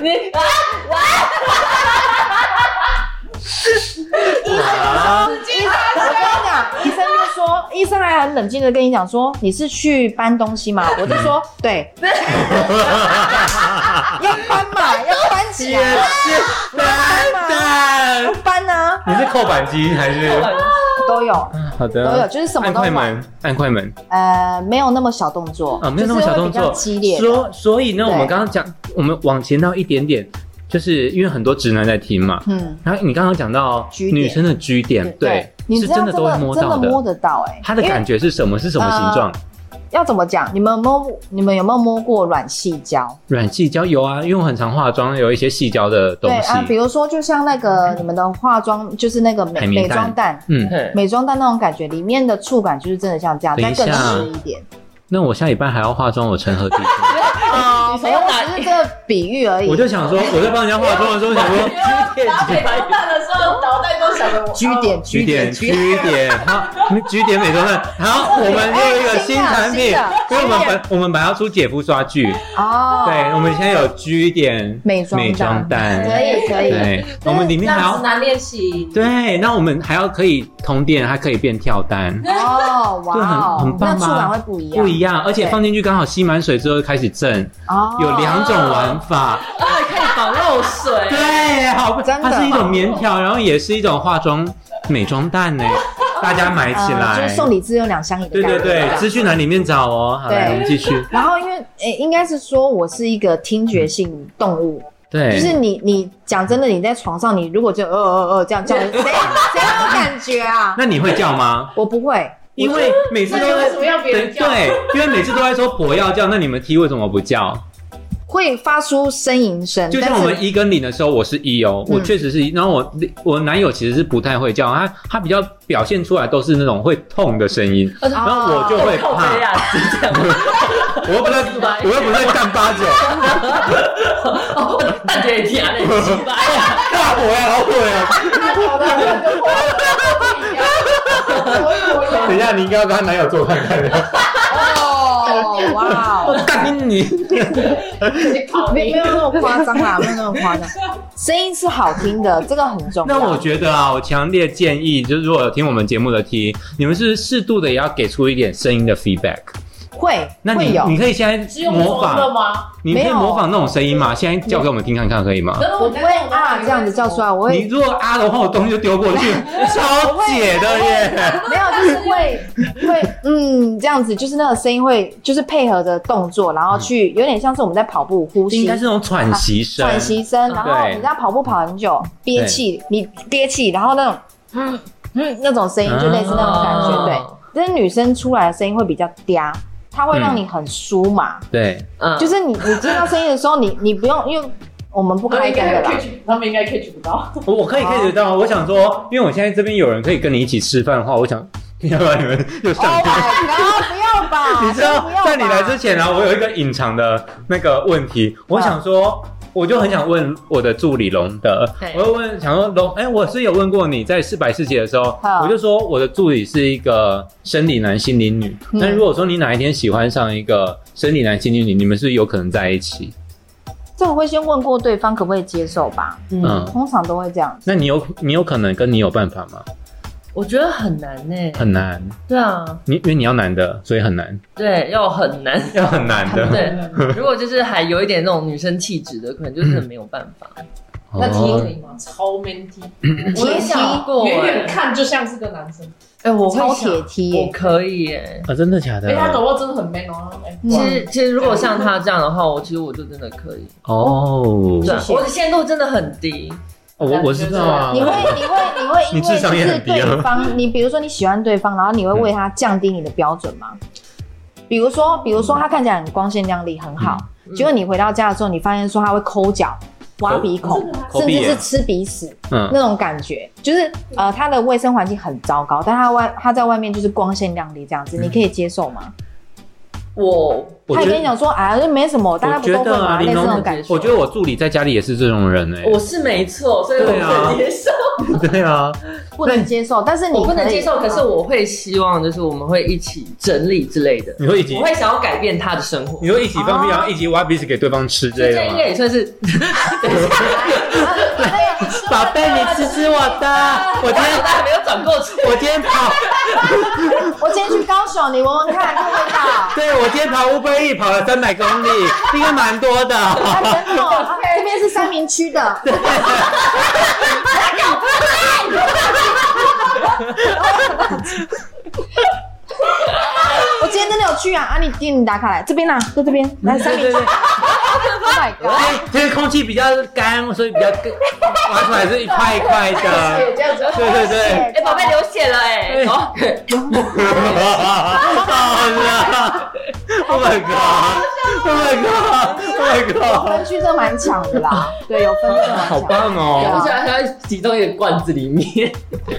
Speaker 3: 你
Speaker 2: 啊，
Speaker 1: 我跟你讲，医生就说，医生还很冷静的跟你讲说，你是去搬东西吗？
Speaker 2: 嗯
Speaker 1: 我就说，对，要搬嘛， 要搬起来，
Speaker 2: 是
Speaker 1: 蛋
Speaker 2: 蛋，
Speaker 1: 搬啊，
Speaker 2: 你是扣板机还是？
Speaker 1: 都有，
Speaker 2: 好的，
Speaker 1: 都有就是什么
Speaker 2: 按
Speaker 1: 都
Speaker 2: 呃快
Speaker 1: 有
Speaker 2: 门，按快门
Speaker 1: 呃，没有那么小动作，
Speaker 2: 啊，没有那么小动
Speaker 1: 就是会
Speaker 2: 作，
Speaker 1: 比较激烈的。
Speaker 2: 所所以呢，
Speaker 1: 对
Speaker 2: 我们刚刚讲，我们往前到一点点，就是因为很多直男在听嘛。
Speaker 1: 嗯，
Speaker 2: 然后你刚刚讲到
Speaker 1: 居点
Speaker 2: 女生的居点，对，
Speaker 1: 你
Speaker 2: 是
Speaker 1: 这样
Speaker 2: 真
Speaker 1: 真
Speaker 2: 的都会
Speaker 1: 的
Speaker 2: 摸
Speaker 1: 真
Speaker 2: 到
Speaker 1: 的摸呃
Speaker 2: 的。
Speaker 1: 得到哎，
Speaker 2: 它的
Speaker 1: 因为
Speaker 2: 感觉是什么？是什么形状？
Speaker 1: 要怎么讲？你们有摸，你们有没有摸过软细胶？
Speaker 2: 软细胶有啊，因为我很常化妆，有一些细胶的东
Speaker 1: 对
Speaker 2: 西。
Speaker 1: 啊，比如说就像那个你们的化妆，就是那个美
Speaker 2: 海绵
Speaker 1: 美
Speaker 2: 蛋
Speaker 1: 妆蛋。
Speaker 2: 嗯，
Speaker 1: 美妆蛋那种感觉，里面的触感就是真的像这样，
Speaker 2: 等
Speaker 1: 再
Speaker 2: 一下
Speaker 1: 更实一点。
Speaker 2: 那我下礼拜还要化妆，我 成何体统？
Speaker 1: 哦，没有，我
Speaker 3: 打
Speaker 1: 只是这个比喻而已。
Speaker 2: 我就想说，我在帮人家化妆的时候想说，
Speaker 4: 搭配装扮的时候，脑袋都想着我
Speaker 1: 居点，
Speaker 2: 举哦点
Speaker 1: 居
Speaker 2: 举点，好， 举点美妆蛋，好，我们又有一个新产品，
Speaker 1: 新的
Speaker 2: 因为我们本我们本来要出姐夫刷剧，
Speaker 1: 哦，
Speaker 2: 对，我们现在有举点
Speaker 1: 美妆蛋
Speaker 2: 美妆蛋，
Speaker 1: 可以可以，
Speaker 2: 对，我们里面还
Speaker 4: 让直
Speaker 2: 要
Speaker 4: 男练习。
Speaker 2: 对，那我们还要可以通电，还可以变跳蛋，
Speaker 1: 哦，哇哦，
Speaker 2: 对很很棒
Speaker 1: 那触
Speaker 2: 吧
Speaker 1: 感会不一样，
Speaker 2: 不一样，而且
Speaker 1: 对
Speaker 2: 放进去刚好吸满水之后就开始震，
Speaker 1: 哦，
Speaker 2: 有两种玩法，
Speaker 3: 还可以防漏水，
Speaker 2: 对，好，
Speaker 1: 真的
Speaker 2: 它是一种棉条，然后也是一种化妆美妆蛋 呢，大家买起
Speaker 1: 呃
Speaker 2: 来
Speaker 1: 就是。送礼自用两相宜的
Speaker 2: 对
Speaker 1: 感觉。
Speaker 2: 对对，资讯栏里面找哦。好，来
Speaker 1: 对
Speaker 2: 我们继续。
Speaker 1: 然后因为诶，应该是说我是一个听觉性动物，
Speaker 2: 对，
Speaker 1: 就是你你讲真的，你在床上，你如果就呃呃呃这样叫，谁谁有感觉啊？
Speaker 2: 那你会叫吗？
Speaker 1: 我不会，
Speaker 2: 因为每次
Speaker 4: 那
Speaker 2: 都
Speaker 4: 你为什
Speaker 2: 在
Speaker 4: 么要别人叫？
Speaker 2: 对，因为每次都在说婆要叫，那你们 T 为什么不叫？
Speaker 1: 会发出呻吟声，
Speaker 2: 就像
Speaker 1: 但
Speaker 2: 我
Speaker 1: 是
Speaker 2: 们一跟零的时候，我是一哦，
Speaker 1: 嗯
Speaker 2: 我确实是一。然后我我男友其实是不太会叫，他他比较表现出来都是那种会痛的声音，
Speaker 3: 然
Speaker 2: 然后我就
Speaker 1: 哦
Speaker 2: 会
Speaker 3: 靠
Speaker 2: 怕
Speaker 3: 背。啊，是这样吗。
Speaker 2: 我又不在，我又不在干八九，
Speaker 3: 大姐也听啊，那很奇葩。
Speaker 2: 大火呀，老火呀！
Speaker 4: 他跑到那个火我以为我有
Speaker 5: 等一下，你应该要跟她男友做看看的。
Speaker 1: 哦哇哦，
Speaker 2: 我干你！
Speaker 4: 自己考
Speaker 1: 没
Speaker 4: 虑
Speaker 1: 没。有那么夸张啦，没有那么夸张，声音是好听的，这个很重要。
Speaker 2: 那我觉得啊，我强烈建议，就是如果有听我们节目的 T，你们是不是适度的也要给出一点声音的 feedback。
Speaker 1: 会
Speaker 2: 那
Speaker 1: 会
Speaker 2: 你
Speaker 1: 有
Speaker 2: 你可以现
Speaker 4: 是
Speaker 2: 在
Speaker 4: 用
Speaker 2: 模
Speaker 4: 装的
Speaker 2: 仿，
Speaker 4: 吗？
Speaker 2: 你可
Speaker 1: 没
Speaker 2: 以
Speaker 1: 有
Speaker 2: 模仿那种声音嘛？现在叫给我们听看看可以吗？
Speaker 1: 我不会啊，这样子叫出来，我
Speaker 2: 你
Speaker 1: 会
Speaker 2: 如果啊的话，我东西就丢过 去，超解的耶！
Speaker 1: 没有，就是会会嗯这样子，就是那个声音会就是配合着动作，然后去有点像是我们在跑步呼
Speaker 2: 应
Speaker 1: 吸
Speaker 2: 该。是那种喘息声，
Speaker 1: 喘息声，然后
Speaker 2: 嗯对嗯
Speaker 1: 你知道跑步跑很久，憋气，你憋气，然后那种嗯嗯那种
Speaker 2: 啊
Speaker 1: 声音，就类似那种感觉，对。但是女生出来的声音会比较嗲，它会让你很酥麻，
Speaker 2: 对，
Speaker 3: 嗯
Speaker 1: 就是你你听到声音的时候， 你你不用，因为我们不
Speaker 4: 他们
Speaker 1: 开
Speaker 4: 应
Speaker 1: 灯的
Speaker 4: 该
Speaker 1: 啦，
Speaker 4: catch，他们应该 catch 不到。
Speaker 2: 我我可以 get 得到。我想说，因为我现在这边有人可以跟你一起吃饭的话，我想 要不然你们就
Speaker 1: Oh
Speaker 2: 上
Speaker 1: my
Speaker 2: 去。
Speaker 1: god！不要吧，
Speaker 2: 你知道
Speaker 1: 不啊要，吧
Speaker 2: 在你来之前啊，我有一个隐藏的那个问题，我想说。我就很想问我的助理龙德
Speaker 3: 对，
Speaker 2: 我就问想说龙，哎、我是有问过你在四百四节的时候，
Speaker 1: 嗯
Speaker 2: 我就说我的助理是一个生理男心理女，
Speaker 1: 嗯
Speaker 2: 但如果说你哪一天喜欢上一个生理男心理女，你们是不是有可能在一起，
Speaker 1: 这我会先问过对方可不可以接受吧，
Speaker 2: 嗯，
Speaker 1: 通常都会这样。
Speaker 2: 那你有你有可能跟你有办法吗？
Speaker 3: 我觉得很难呢。
Speaker 2: 很难，
Speaker 3: 对 啊，
Speaker 2: 你因为你要男的，所以很难，
Speaker 3: 对，要很难。
Speaker 2: 要很难的。
Speaker 3: 对，如果就是还有一点那种女生气质的，可能就是没有办法。
Speaker 4: 那 T 可
Speaker 2: 哦
Speaker 4: 以吗？超 man T，
Speaker 3: 我也想过
Speaker 4: 远远
Speaker 3: 哎，
Speaker 4: 看就像是个男生，
Speaker 3: 哎，我
Speaker 1: 超
Speaker 3: 会想
Speaker 1: 铁梯
Speaker 3: 我
Speaker 1: 耶，
Speaker 3: 可以耶。
Speaker 2: 啊，真的假的？
Speaker 4: 哎，他搞不好真的很 man 哦。哎
Speaker 1: 嗯
Speaker 3: 其实，其实如果像他这样的话，我其实我就真的可以。
Speaker 2: 哦，
Speaker 3: 对，我的限度真的很低。
Speaker 2: 哦我我知道啊，
Speaker 1: 你会你会你会因
Speaker 2: 你智
Speaker 1: 为
Speaker 2: 商也
Speaker 1: 就是
Speaker 2: 很低啊
Speaker 1: 对方，你比如说你喜欢对方，然后你会为他降低你的标准吗？比如说，比如说他看起来很光鲜亮丽，很好，
Speaker 3: 嗯
Speaker 1: 结果你回到家的时候，你发现说他会抠脚、挖鼻孔，
Speaker 2: 抠
Speaker 1: 甚
Speaker 2: 鼻
Speaker 1: 至
Speaker 2: 眼
Speaker 1: 是吃鼻屎，
Speaker 2: 嗯
Speaker 1: 那种感觉，就是呃，他的卫生环境很糟糕，但他外他在外面就是光鲜亮丽这样子，你可以接受吗？
Speaker 3: 我
Speaker 2: 嗯我
Speaker 1: 他也
Speaker 2: 觉
Speaker 1: 跟你
Speaker 2: 得
Speaker 1: 讲说啊，就没什么，大家不都会
Speaker 2: 我觉得啊
Speaker 1: 吗？类似
Speaker 2: 玲
Speaker 1: 那
Speaker 2: 珑
Speaker 1: 种感觉。
Speaker 2: 我觉得我助理在家里也是这种人哎、
Speaker 3: 我是没错，所以我不
Speaker 2: 对啊
Speaker 3: 能接受。
Speaker 2: 对啊，
Speaker 1: 不能接受，但是你
Speaker 3: 我不能
Speaker 1: 以嗯
Speaker 3: 接受，可是我会希望就是我们会一起整理之类的，
Speaker 2: 你会一起
Speaker 3: 我，会想要改变他的生活。
Speaker 2: 嗯你会一起放屁，
Speaker 1: 哦
Speaker 2: 然后一起挖鼻屎给对方吃啊之
Speaker 3: 所
Speaker 2: 类
Speaker 3: 以
Speaker 2: 的
Speaker 3: 这应
Speaker 2: 吗
Speaker 3: 该？也算是，
Speaker 2: 宝贝，你吃吃我的，我
Speaker 3: 我 到他还没有转过去。
Speaker 2: 我今天跑，
Speaker 1: 我今天去高雄，你闻闻看这味道。
Speaker 2: 对我今天跑乌龟翼跑了三百公 里，应该蛮多的。
Speaker 1: 啊，真的哦，啊这边是三明区的。我今天真的有去啊！啊，你给你打卡来，这边呐、啊，在这边来三明区。Oh my god！
Speaker 2: 今天空气比较干，所以比较干挖出来是一块一块的。
Speaker 4: 对，这样子。
Speaker 2: 对对对。
Speaker 3: 哎，宝贝流血了哎，
Speaker 2: 哎
Speaker 3: 走，
Speaker 2: 好了，Oh my god，Oh my god，Oh my
Speaker 1: 有
Speaker 2: god，
Speaker 1: 分区这蛮强的啦，对，有分区这蛮
Speaker 2: 好
Speaker 1: 强。
Speaker 2: 棒
Speaker 3: 我
Speaker 2: 哦！
Speaker 3: 想还要集中一个罐子里面。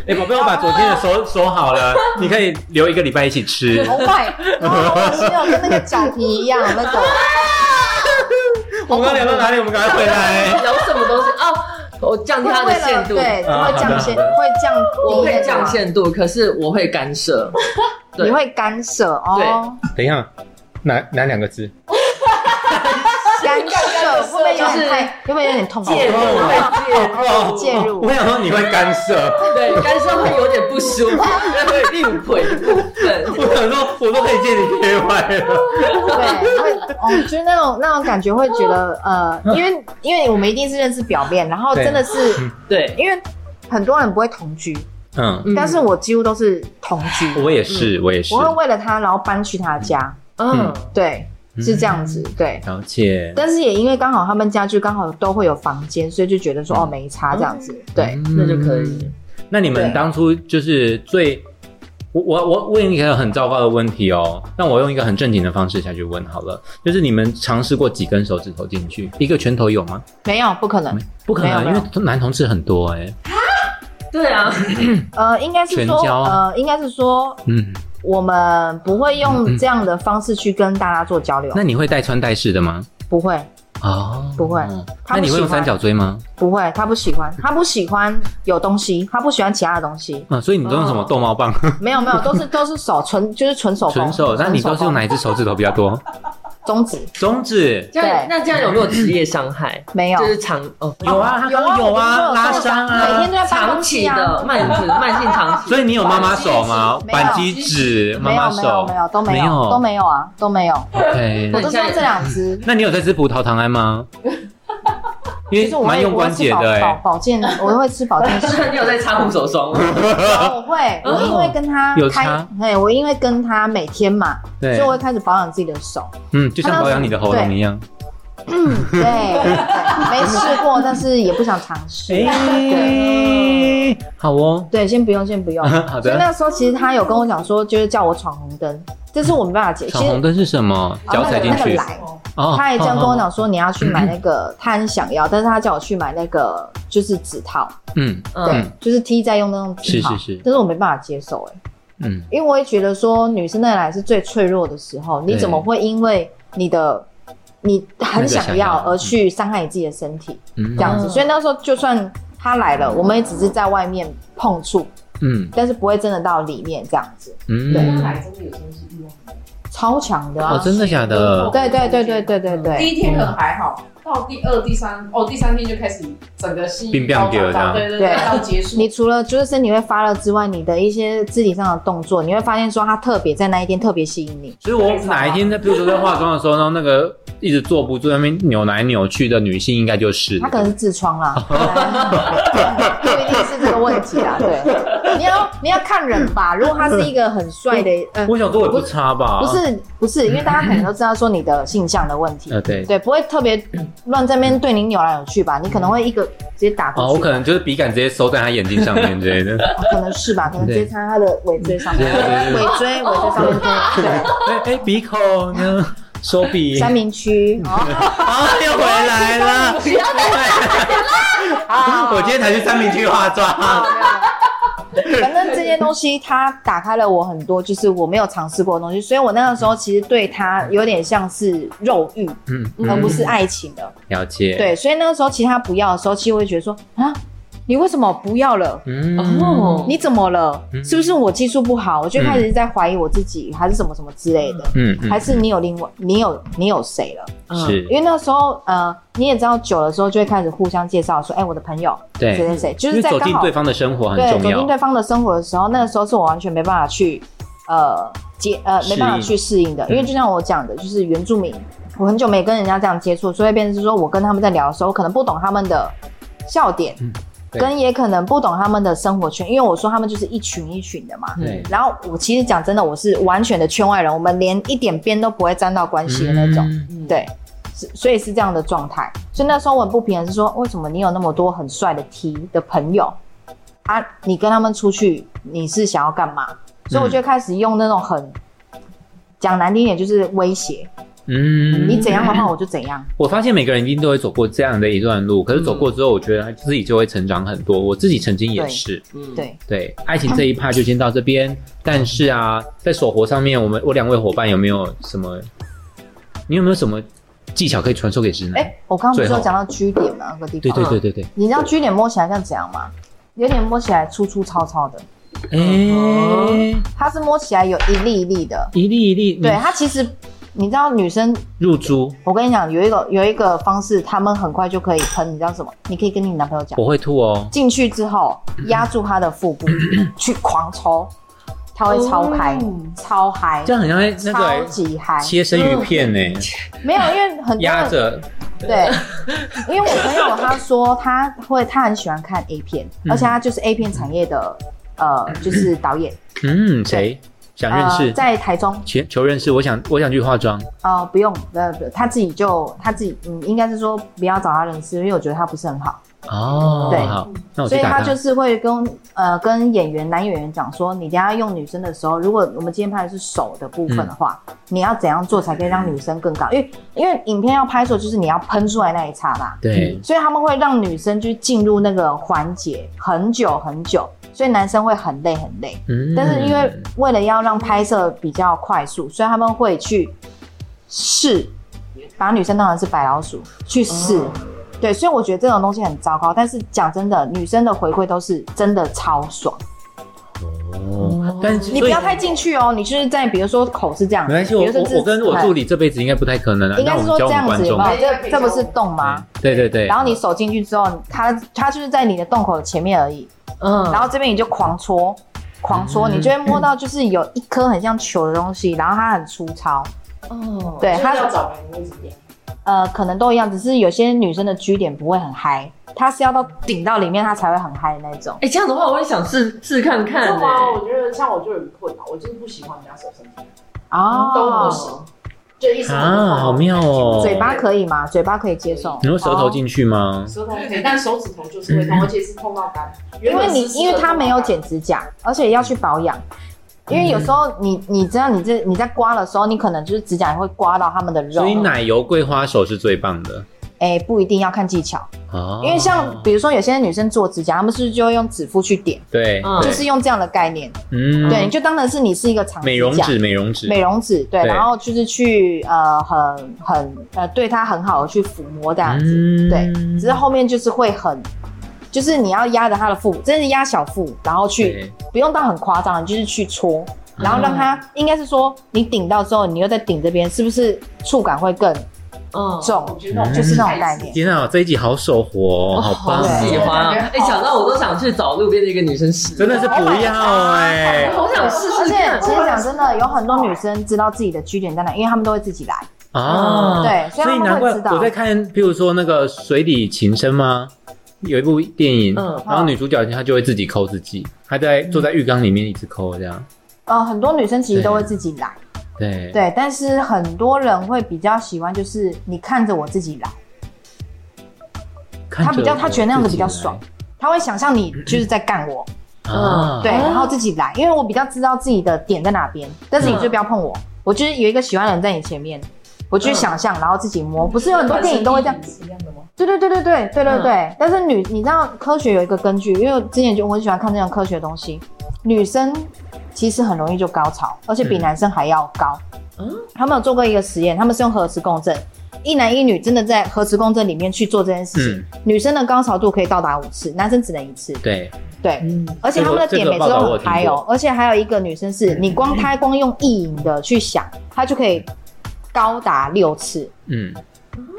Speaker 2: 哎，宝贝，我把昨天的收收好了，你可以留一个礼拜一起吃。
Speaker 1: Oh my，好恶心哦，跟那个脚皮一样那个。
Speaker 2: 我们刚聊到哪里？我们赶快回来。
Speaker 3: 聊什么东西哦，我降低
Speaker 1: 会
Speaker 3: 他
Speaker 1: 为
Speaker 3: 的
Speaker 1: 了
Speaker 3: 限度，
Speaker 1: 对，
Speaker 2: 啊
Speaker 1: 会降限，
Speaker 2: 好的
Speaker 1: 会降低那个，
Speaker 3: 我会降限度，可是我会干涉。对
Speaker 1: 你会干涉哦，
Speaker 2: 等一下，哪哪两个字？
Speaker 1: 干涉会不会有
Speaker 3: 就是
Speaker 1: 点太，会不会有点痛苦？
Speaker 3: 介入，
Speaker 2: 哦
Speaker 1: 介入
Speaker 2: 我想说你会干 涉，
Speaker 3: 对， 干涉会有点不舒服，会令腿部分。
Speaker 2: 我想说我都可以借你 K Y 了。
Speaker 1: 对，会，哦，就是那种那种感觉，会觉得呃，因为因为我们一定是认识表面，然后
Speaker 2: 嗯对
Speaker 1: 真的是
Speaker 3: 对，
Speaker 1: 因为很多人不会同居，
Speaker 2: 嗯，
Speaker 1: 但是我几乎都是同居，
Speaker 2: 我也是，我也是
Speaker 1: 我。会为了他然后搬去他家，
Speaker 3: 嗯
Speaker 2: 嗯，
Speaker 1: 对，是这样子，对。
Speaker 2: 了解。
Speaker 1: 但是也因为刚好他们家具刚好都会有房间，所以就觉得说哦没差这样子，对。
Speaker 2: 嗯
Speaker 3: 那就可以。
Speaker 2: 那你们
Speaker 1: 对
Speaker 2: 当初就是最，我我我问一个很糟糕的问题哦，那我用一个很正经的方式下去问好了，就是你们尝试过几根手指头进去，一个拳头有吗？
Speaker 1: 没有，不可能。
Speaker 2: 不可
Speaker 1: 没
Speaker 2: 能，啊
Speaker 1: 有
Speaker 2: 因
Speaker 1: 没
Speaker 2: 为
Speaker 1: 有
Speaker 2: 男同志很多哎、
Speaker 3: 对啊，
Speaker 1: 呃，应该是说
Speaker 2: 全，交啊
Speaker 1: 呃，应该是说
Speaker 2: 嗯，
Speaker 1: 我们不会用这样的方式去跟大家做交流，
Speaker 2: 那你会带穿戴式的吗？
Speaker 1: 不会，
Speaker 2: 哦，
Speaker 1: 不会他
Speaker 2: 那
Speaker 1: 不
Speaker 2: 你会用
Speaker 1: 喜欢
Speaker 2: 三角锥吗？
Speaker 1: 不会，他不喜欢，他不喜欢有东西，他不喜欢其他的东西。
Speaker 2: 嗯，所以你都用
Speaker 1: 哦
Speaker 2: 什么逗 猫棒、
Speaker 1: 没有没 有，都是都是手纯就是纯手工
Speaker 2: 纯手？那你都
Speaker 1: 哦
Speaker 2: 是用哪一只手指头比较 多？
Speaker 1: 中指？
Speaker 2: 中指。
Speaker 3: 这样那这样有没有职业伤害？
Speaker 1: 没有
Speaker 3: 就，是长哦，
Speaker 2: 有啊，他刚刚有啊，拉伤
Speaker 1: 每
Speaker 2: 啊
Speaker 1: 天。都在办
Speaker 3: 长
Speaker 1: 公室
Speaker 3: 期的
Speaker 1: 啊，
Speaker 3: 慢子慢性长期，
Speaker 2: 所以你有妈妈手吗？
Speaker 1: 没有
Speaker 2: 扳机指、妈
Speaker 1: 没
Speaker 2: 妈
Speaker 1: 有没有
Speaker 2: 手
Speaker 1: 没。有都没
Speaker 2: 没有
Speaker 1: 有都没有啊都没有，
Speaker 2: OK，
Speaker 1: 我都是用这两只。
Speaker 2: 那你有在吃葡萄糖 胺吗？因
Speaker 1: 其实
Speaker 2: 为
Speaker 1: 我
Speaker 2: 蛮
Speaker 1: 会
Speaker 2: 用
Speaker 1: 我会
Speaker 2: 关
Speaker 1: 吃
Speaker 2: 节
Speaker 1: 保
Speaker 2: 的
Speaker 1: 保
Speaker 2: 哎、
Speaker 1: 保健，我会吃保健 食
Speaker 3: 你有在擦护手霜吗？
Speaker 1: 我会，我因为跟他
Speaker 2: 有
Speaker 1: 开
Speaker 2: 差，
Speaker 1: 哎，我因为跟他每天嘛，所
Speaker 2: 对
Speaker 1: 以，我会开始保养自己的手。
Speaker 2: 嗯，就像
Speaker 1: 他当时
Speaker 2: 保养你的喉咙一样。
Speaker 1: 嗯， 对，对没试过，但是也不想尝试。
Speaker 2: 哎，好哦，
Speaker 1: 对，先不用，先不用。
Speaker 2: 好
Speaker 1: 所以
Speaker 2: 的。
Speaker 1: 那时候其实他有跟我讲说，就是叫我闯红灯，这是我没办法解。
Speaker 2: 闯
Speaker 1: 其
Speaker 2: 红
Speaker 1: 实啊
Speaker 2: 灯是什么？脚踩进
Speaker 1: 那个
Speaker 2: 去。
Speaker 1: 来，
Speaker 2: 哦
Speaker 1: 他也这样跟我。讲说，你要去买那个，他很想要，但是他叫我去买那个就是指套，
Speaker 2: 嗯
Speaker 1: 对，就是 T 在用那种指套，
Speaker 2: 是是是
Speaker 1: 但是我没办法接受，哎。
Speaker 2: 嗯，
Speaker 1: 因为我也觉得说，女生的来是最脆弱的时候，你
Speaker 2: 对
Speaker 1: 怎么会因为你的你很想要而去伤害你自己的身体
Speaker 2: 嗯
Speaker 1: 这样子？
Speaker 3: 嗯
Speaker 1: 所以那时候就算他来了，我们也只是在外面碰触，
Speaker 2: 嗯
Speaker 1: 但是不会真的到里面这样子，
Speaker 2: 嗯
Speaker 4: 对，
Speaker 2: 嗯。
Speaker 4: 来真的有时候是欲望。
Speaker 1: 超强的、
Speaker 2: 哦，
Speaker 1: 啊。
Speaker 2: 真的假的？
Speaker 1: 对对对对对对
Speaker 4: 第
Speaker 1: 对，
Speaker 4: 一天可能还好，到第二、第三，哦，第三天就开始整个心
Speaker 2: 冰
Speaker 4: 到
Speaker 2: 冰掉这样
Speaker 4: 对对
Speaker 1: 对
Speaker 4: 对，到结束。
Speaker 1: 你除了就是身体会发热之外，你的一些肢体上的动作，你会发现说他特别在那一天特别吸引你。
Speaker 2: 所以我哪一天在，比如说在化妆的时候，然后那个一直坐不住，那边扭来扭去的女性，应该就是
Speaker 1: 他可能是痔疮啦， 不一定是这个问题啦。对，你要你要看人吧。如果他是一个很帅的，呃，
Speaker 2: 我想说，我也不差吧？
Speaker 1: 不，是不是，因为大家可能都知道说你的性向的问题
Speaker 2: 呃，，对。
Speaker 1: 对，不会特别乱这边对你扭来扭去吧？你可能会一个直接打
Speaker 2: 哦，
Speaker 1: 过
Speaker 2: 我
Speaker 1: 去吧，
Speaker 2: 可能就是笔杆直接收在她眼睛上面之类的。
Speaker 1: 哦可能是吧，可能直接插他的尾椎上面，
Speaker 2: 对对对对
Speaker 1: 尾椎尾椎上面对，
Speaker 2: 哎哎，鼻口呢？手
Speaker 1: 对，
Speaker 2: 臂。
Speaker 1: 三明区，哦
Speaker 2: 啊，又回来了。 我今天才去三明区 化妆。
Speaker 1: 哦反正这些东西，它打开了我很多，就是我没有尝试过的东西，所以我那个时候其实对它有点像是肉欲，
Speaker 2: 嗯，
Speaker 1: 而哦不是哎爱情的。
Speaker 2: 了解。，
Speaker 1: 对，所以那个时候其实他不要的时候，其实我会觉得说啊，你为什么不要了？
Speaker 2: 嗯，
Speaker 3: 哦，
Speaker 1: 你怎么了？
Speaker 2: 嗯
Speaker 1: 是不是我技术不好？我就开始在怀疑我自己，还是什么什么之类的。
Speaker 2: 嗯
Speaker 1: 还是你有另外，你有你有谁了？
Speaker 2: 嗯是
Speaker 1: 因，为那时候，呃，你也知道，久了之后就会开始互相介绍，说，哎、我的朋友谁
Speaker 2: 对，嗯
Speaker 1: 谁谁，就
Speaker 2: 因
Speaker 1: 是
Speaker 2: 为
Speaker 1: 在
Speaker 2: 走
Speaker 1: 刚
Speaker 2: 进
Speaker 1: 好
Speaker 2: 对方的生活很
Speaker 1: 对，
Speaker 2: 重
Speaker 1: 走进
Speaker 2: 要。
Speaker 1: 对方的生活的时候，那个时候是我完全没办法去呃接呃
Speaker 2: 适应嗯
Speaker 1: 没办法去适应的，因为就像我讲的，就是原住民，我很久没跟人家这样接触，所以变成是说我跟他们在聊的时候，我可能不懂他们的笑点，
Speaker 2: 嗯对
Speaker 1: 跟也可能不懂他们的生活圈，因为我说他们就是一群一群的嘛。
Speaker 2: 对，
Speaker 1: 然后我其实讲真的，我是完全的圈外人，我们连一点边都不会沾到关系的那种。
Speaker 2: 嗯
Speaker 1: 对，是所以是这样的状态。所以那时候我很不平衡，是说为什么你有那么多很帅的 T 的朋友啊？你跟他们出去，你是想要干嘛？所以我就开始用那种很讲难听一点，就是威胁，
Speaker 2: 嗯
Speaker 1: 你怎样的话我就怎样。
Speaker 2: 我发现每个人一定都会走过这样的一段路，可是走过之后，我觉得自己就会成长很多。我自己曾经也是，
Speaker 3: 嗯，
Speaker 1: 对，
Speaker 2: 对爱情这一趴就先到这边。但是啊，在手活上面，我们我两位伙伴有没有什么？你有没有什么技巧可以传授给直男？
Speaker 1: 哎、嗯我刚刚不是
Speaker 2: 最
Speaker 1: 有
Speaker 2: 后
Speaker 1: 讲到 G 点吗？那个地方，
Speaker 2: 对对对对对，
Speaker 1: 你知道 G 点摸起来像怎样吗？有点摸起来粗粗糙糙的，
Speaker 2: 哎、
Speaker 1: 它是摸起来有一粒一粒的。
Speaker 2: 一粒一粒，
Speaker 1: 对，它其实你知道女生
Speaker 2: 入珠，
Speaker 1: 我跟你讲，有一个有一个方式，他们很快就可以喷，你知道什么？你可以跟你男朋友讲，
Speaker 2: 我会吐哦。
Speaker 1: 进去之后压住他的腹 部，去狂抽，他会超嗨，
Speaker 4: 哦
Speaker 1: 超嗨
Speaker 2: 这，样很像在那个、
Speaker 1: 超级嗨。
Speaker 2: 切生鱼片呢、
Speaker 1: 嗯没有，因为很多
Speaker 2: 压
Speaker 1: 人
Speaker 2: 着，
Speaker 1: 对，因为我朋友他说他会，他很喜欢
Speaker 2: 嗯
Speaker 1: 看 A 片，而且他就是 A 片产业的呃，就是导演。
Speaker 2: 嗯，谁？想认识，
Speaker 1: 呃、在台中，
Speaker 2: 求求认识，我想我想去化妆，
Speaker 1: 呃，不用，呃，他自己就他自己，嗯，应该是说不要找他认识，因为我觉得他不是很好，
Speaker 2: 哦，
Speaker 1: 对
Speaker 2: 好，那我
Speaker 1: 所
Speaker 2: 去
Speaker 1: 以
Speaker 2: 打
Speaker 1: 他就
Speaker 2: 他，
Speaker 1: 是会跟呃跟演员男演员讲说，你等一下用女生的时候，如果我们今天拍的是手的部分的话，
Speaker 2: 嗯
Speaker 1: 你要怎样做才可以让女生更高？因为因为影片要拍摄就是你要喷出来那一刹那，
Speaker 2: 对，
Speaker 1: 所以他们会让女生去进入那个环节很久很久，所以男生会很累很累。
Speaker 2: 嗯
Speaker 1: 但是因为为了要让拍摄比较快速，所以他们会去试，把女生当成是白老鼠去试。
Speaker 2: 哦
Speaker 1: 对，所以我觉得这种东西很糟糕。但是讲真的，女生的回馈都是真的超爽。
Speaker 2: 哦，但是
Speaker 1: 你不要太进去哦，你就是在比如说口是这样，
Speaker 2: 没关系，
Speaker 1: 比
Speaker 2: 我
Speaker 1: 如说
Speaker 2: 我
Speaker 1: 这
Speaker 2: 我跟我助理这辈子应该不太可能了，啊
Speaker 1: 应该
Speaker 2: 那
Speaker 1: 是
Speaker 2: 我
Speaker 1: 说
Speaker 2: 们教
Speaker 1: 这
Speaker 2: 我
Speaker 1: 样
Speaker 2: 们观
Speaker 1: 子有没
Speaker 2: 众
Speaker 4: 吧
Speaker 1: 有？这这不是洞吗？
Speaker 2: 对对对，
Speaker 1: 然后你手进去之后，它它就是在你的洞口前面而已。
Speaker 3: 嗯，
Speaker 1: 然后这边你就狂搓，狂搓，
Speaker 2: 嗯
Speaker 1: 你就会摸到就是有一颗很像球的东西，然后它很粗糙，
Speaker 3: 哦，
Speaker 1: 对
Speaker 4: 就是要
Speaker 1: 它
Speaker 4: 找人为什么样？
Speaker 1: 呃可能都一样，只是有些女生的居点不会很嗨，它是要到顶到里面它才会很嗨的那种。
Speaker 3: 哎，这样的话我也想试试看看
Speaker 4: 是吗？
Speaker 3: 哎
Speaker 4: 我觉得像我就很困扰，我就是不喜欢人家手伸进来，
Speaker 1: 哦，
Speaker 4: 都不行，就一直
Speaker 2: 啊，好妙哦，嗯
Speaker 1: 嘴巴哦可以吗？嘴巴可以接受
Speaker 2: 你。用舌头进去吗？
Speaker 4: 舌头可以，但手指头就是会痛，而且是痛到干。
Speaker 1: 因为你
Speaker 4: 原本是
Speaker 1: 因为他没有剪指甲，而且要去保养。因为有时候你你知道你这你在刮的时候，你可能就是指甲也会刮到他们的肉，
Speaker 2: 所以奶油桂花手是最棒的
Speaker 1: 哎、不一定要看技巧，
Speaker 2: 哦，
Speaker 1: 因为像比如说有些女生做指甲，她们是不是就会用指腹去点，
Speaker 2: 对，
Speaker 3: 嗯
Speaker 2: 对
Speaker 1: 就是用这样的概念，
Speaker 2: 嗯
Speaker 1: 对，你就当成是你是一个长指甲
Speaker 2: 美容纸，美容纸，
Speaker 1: 美容纸，对，
Speaker 2: 对
Speaker 1: 然后就是去呃很很呃对它很好的去抚摸这样子，
Speaker 2: 嗯
Speaker 1: 对，只是后面就是会很，就是你要压着它的腹，真的压小腹，然后去
Speaker 2: 对
Speaker 1: 不用到很夸张，你就是去搓，然后让
Speaker 2: 嗯
Speaker 1: 它、应该是说你顶到之后，你又再顶这边，是不是触感会更
Speaker 3: 嗯，
Speaker 2: 哦
Speaker 1: 重？
Speaker 4: 我觉得那种
Speaker 1: 就是那种概念
Speaker 2: 天啊，这一集好手活哦，好棒
Speaker 3: 好喜
Speaker 2: 哦，
Speaker 3: 欢啊！
Speaker 4: 对
Speaker 3: 哎，想到我都想去找路边的一个女生试，
Speaker 2: 真的是不要哎，
Speaker 3: 好想试
Speaker 1: 而
Speaker 3: 试
Speaker 1: 且
Speaker 3: 看
Speaker 1: 其。实讲真的，有很多女生知道自己的据点在哪，因为她们都会自己来。
Speaker 2: 啊，
Speaker 1: 嗯对所以他们
Speaker 2: 难怪
Speaker 1: 会知道
Speaker 2: 我在看，譬如说那个《水底情深》吗？有一部电影，
Speaker 3: 嗯
Speaker 2: 然后女主角她就会自己抠自己，她在坐在浴缸里面一直抠这样，
Speaker 1: 呃，很多女生其实都会自己来，
Speaker 2: 对
Speaker 1: 对，但是很多人会比较喜欢，就是你看着我自己来，
Speaker 2: 看着
Speaker 1: 她比较
Speaker 2: 我
Speaker 1: 她觉得那样子比较
Speaker 2: 自己来
Speaker 1: 爽她会想象你就是在干我，
Speaker 2: 啊，
Speaker 1: 嗯对，然后自己来，因为我比较知道自己的点在哪边，但是你就不要碰我，我就是有一个喜欢的人在你前面，我去想象，然后自己摸，不是有很多电影都会这样，
Speaker 4: 是一样的吗？
Speaker 1: 对对对对对对对
Speaker 3: 嗯
Speaker 1: 对。但是女，你知道科学有一个根据，因为我之前就我很喜欢看这种科学的东西，女生其实很容易就高潮，而且比
Speaker 2: 嗯
Speaker 1: 男生还要高。
Speaker 3: 嗯
Speaker 1: 他们有做过一个实验，他们是用核磁共振，一男一女真的在核磁共振里面去做这件事
Speaker 2: 嗯
Speaker 1: 情，女生的高潮度可以到达五次，男生只能一次。
Speaker 2: 对，
Speaker 1: 对，
Speaker 3: 嗯，
Speaker 1: 而且他们的点每次
Speaker 2: 这个
Speaker 1: 都
Speaker 2: 报道我有
Speaker 1: 很
Speaker 2: 听过嗯
Speaker 1: 嗨哦，而且还有一个女生是你光她光用意淫的去想，她就可以高达六次。
Speaker 2: 嗯，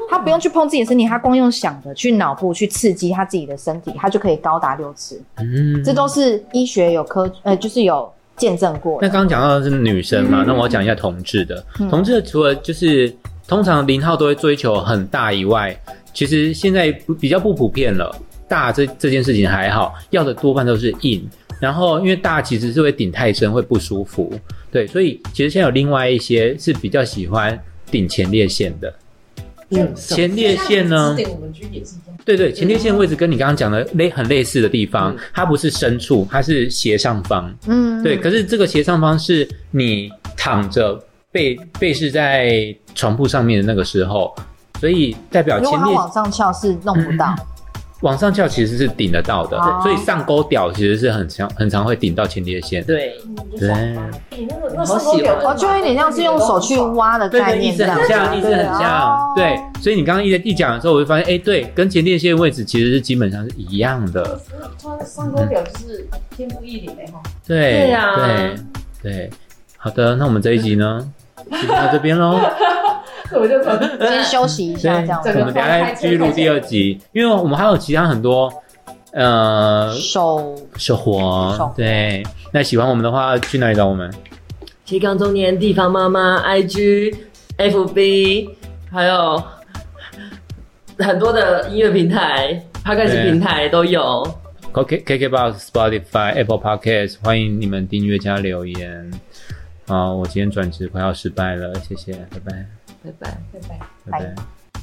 Speaker 1: 她不用去碰自己的身体，她光用想的去脑部去刺激她自己的身体，她就可以高达六次。
Speaker 2: 嗯
Speaker 1: 这都是医学有科呃，就是有见证过
Speaker 2: 那
Speaker 1: 的。
Speaker 2: 刚刚讲到的是女生嘛，那我讲一下同志的。
Speaker 1: 嗯
Speaker 2: 同志的除了就是通常零号都会追求很大以外，其实现在不比较不普遍了。大这这件事情还好，要的多半都是硬。然后因为大其实是会顶太深，会不舒服。对，所以其实现在有另外一些是比较喜欢顶前列腺的。
Speaker 3: 嗯
Speaker 2: 前列腺呢？
Speaker 4: 指点我们居点是一样的，
Speaker 2: 对对，前列腺位置跟你刚刚讲的类很类似的地方，
Speaker 3: 嗯
Speaker 2: 它不是深处，它是斜上方。
Speaker 1: 嗯，
Speaker 2: 对，可是这个斜上方是你躺着背背是在床铺上面的那个时候，所以代表
Speaker 1: 如果
Speaker 2: 啊前嗯
Speaker 1: 她
Speaker 2: 列
Speaker 1: 往上翘是弄不到，
Speaker 2: 往上翘其实是顶得到的
Speaker 1: 哦，
Speaker 2: 所以上勾屌其实是很常很常会顶到前列腺。
Speaker 3: 对，
Speaker 4: 嗯，就爽翻了。哎那个那
Speaker 3: 好
Speaker 4: 个
Speaker 3: 喜欢
Speaker 1: 哦，就有点像是用手去挖的
Speaker 2: 对
Speaker 1: 概
Speaker 2: 对，意
Speaker 1: 念，
Speaker 2: 思
Speaker 1: 这样
Speaker 2: 很
Speaker 1: 子
Speaker 2: 像，意思很像。
Speaker 1: 对啊
Speaker 2: 对，所以你刚刚一一讲的时候，我就发现，哎，对，跟前列腺位置其实是基本上是一样的。
Speaker 4: 穿上钩表就是天赋异禀哎哈，
Speaker 2: 对，
Speaker 3: 对啊
Speaker 2: 对对，好的，那我们这一 集呢，就到这边喽。
Speaker 4: 我就可
Speaker 1: 哦先休息一
Speaker 2: 所
Speaker 1: 下
Speaker 2: 以
Speaker 1: 这样
Speaker 2: 我
Speaker 4: 整
Speaker 1: 子
Speaker 4: 个。
Speaker 2: 们等一下继续录第二集，因为我们还有其他很多呃
Speaker 1: 手
Speaker 2: 生
Speaker 1: 手
Speaker 2: 活
Speaker 1: 活。
Speaker 2: 对，那喜欢我们的话，去哪里找我们？
Speaker 3: 提纲中年地方妈妈 IG、FB，还有很多的音乐平台、Podcast
Speaker 2: 对
Speaker 3: 平台都有。
Speaker 2: K K K Box、Spotify、Apple Podcast，欢迎你们订阅加留言。啊，我今天转职快要失败了，谢谢，拜拜，
Speaker 3: 拜拜。
Speaker 4: 拜拜。
Speaker 2: 拜拜。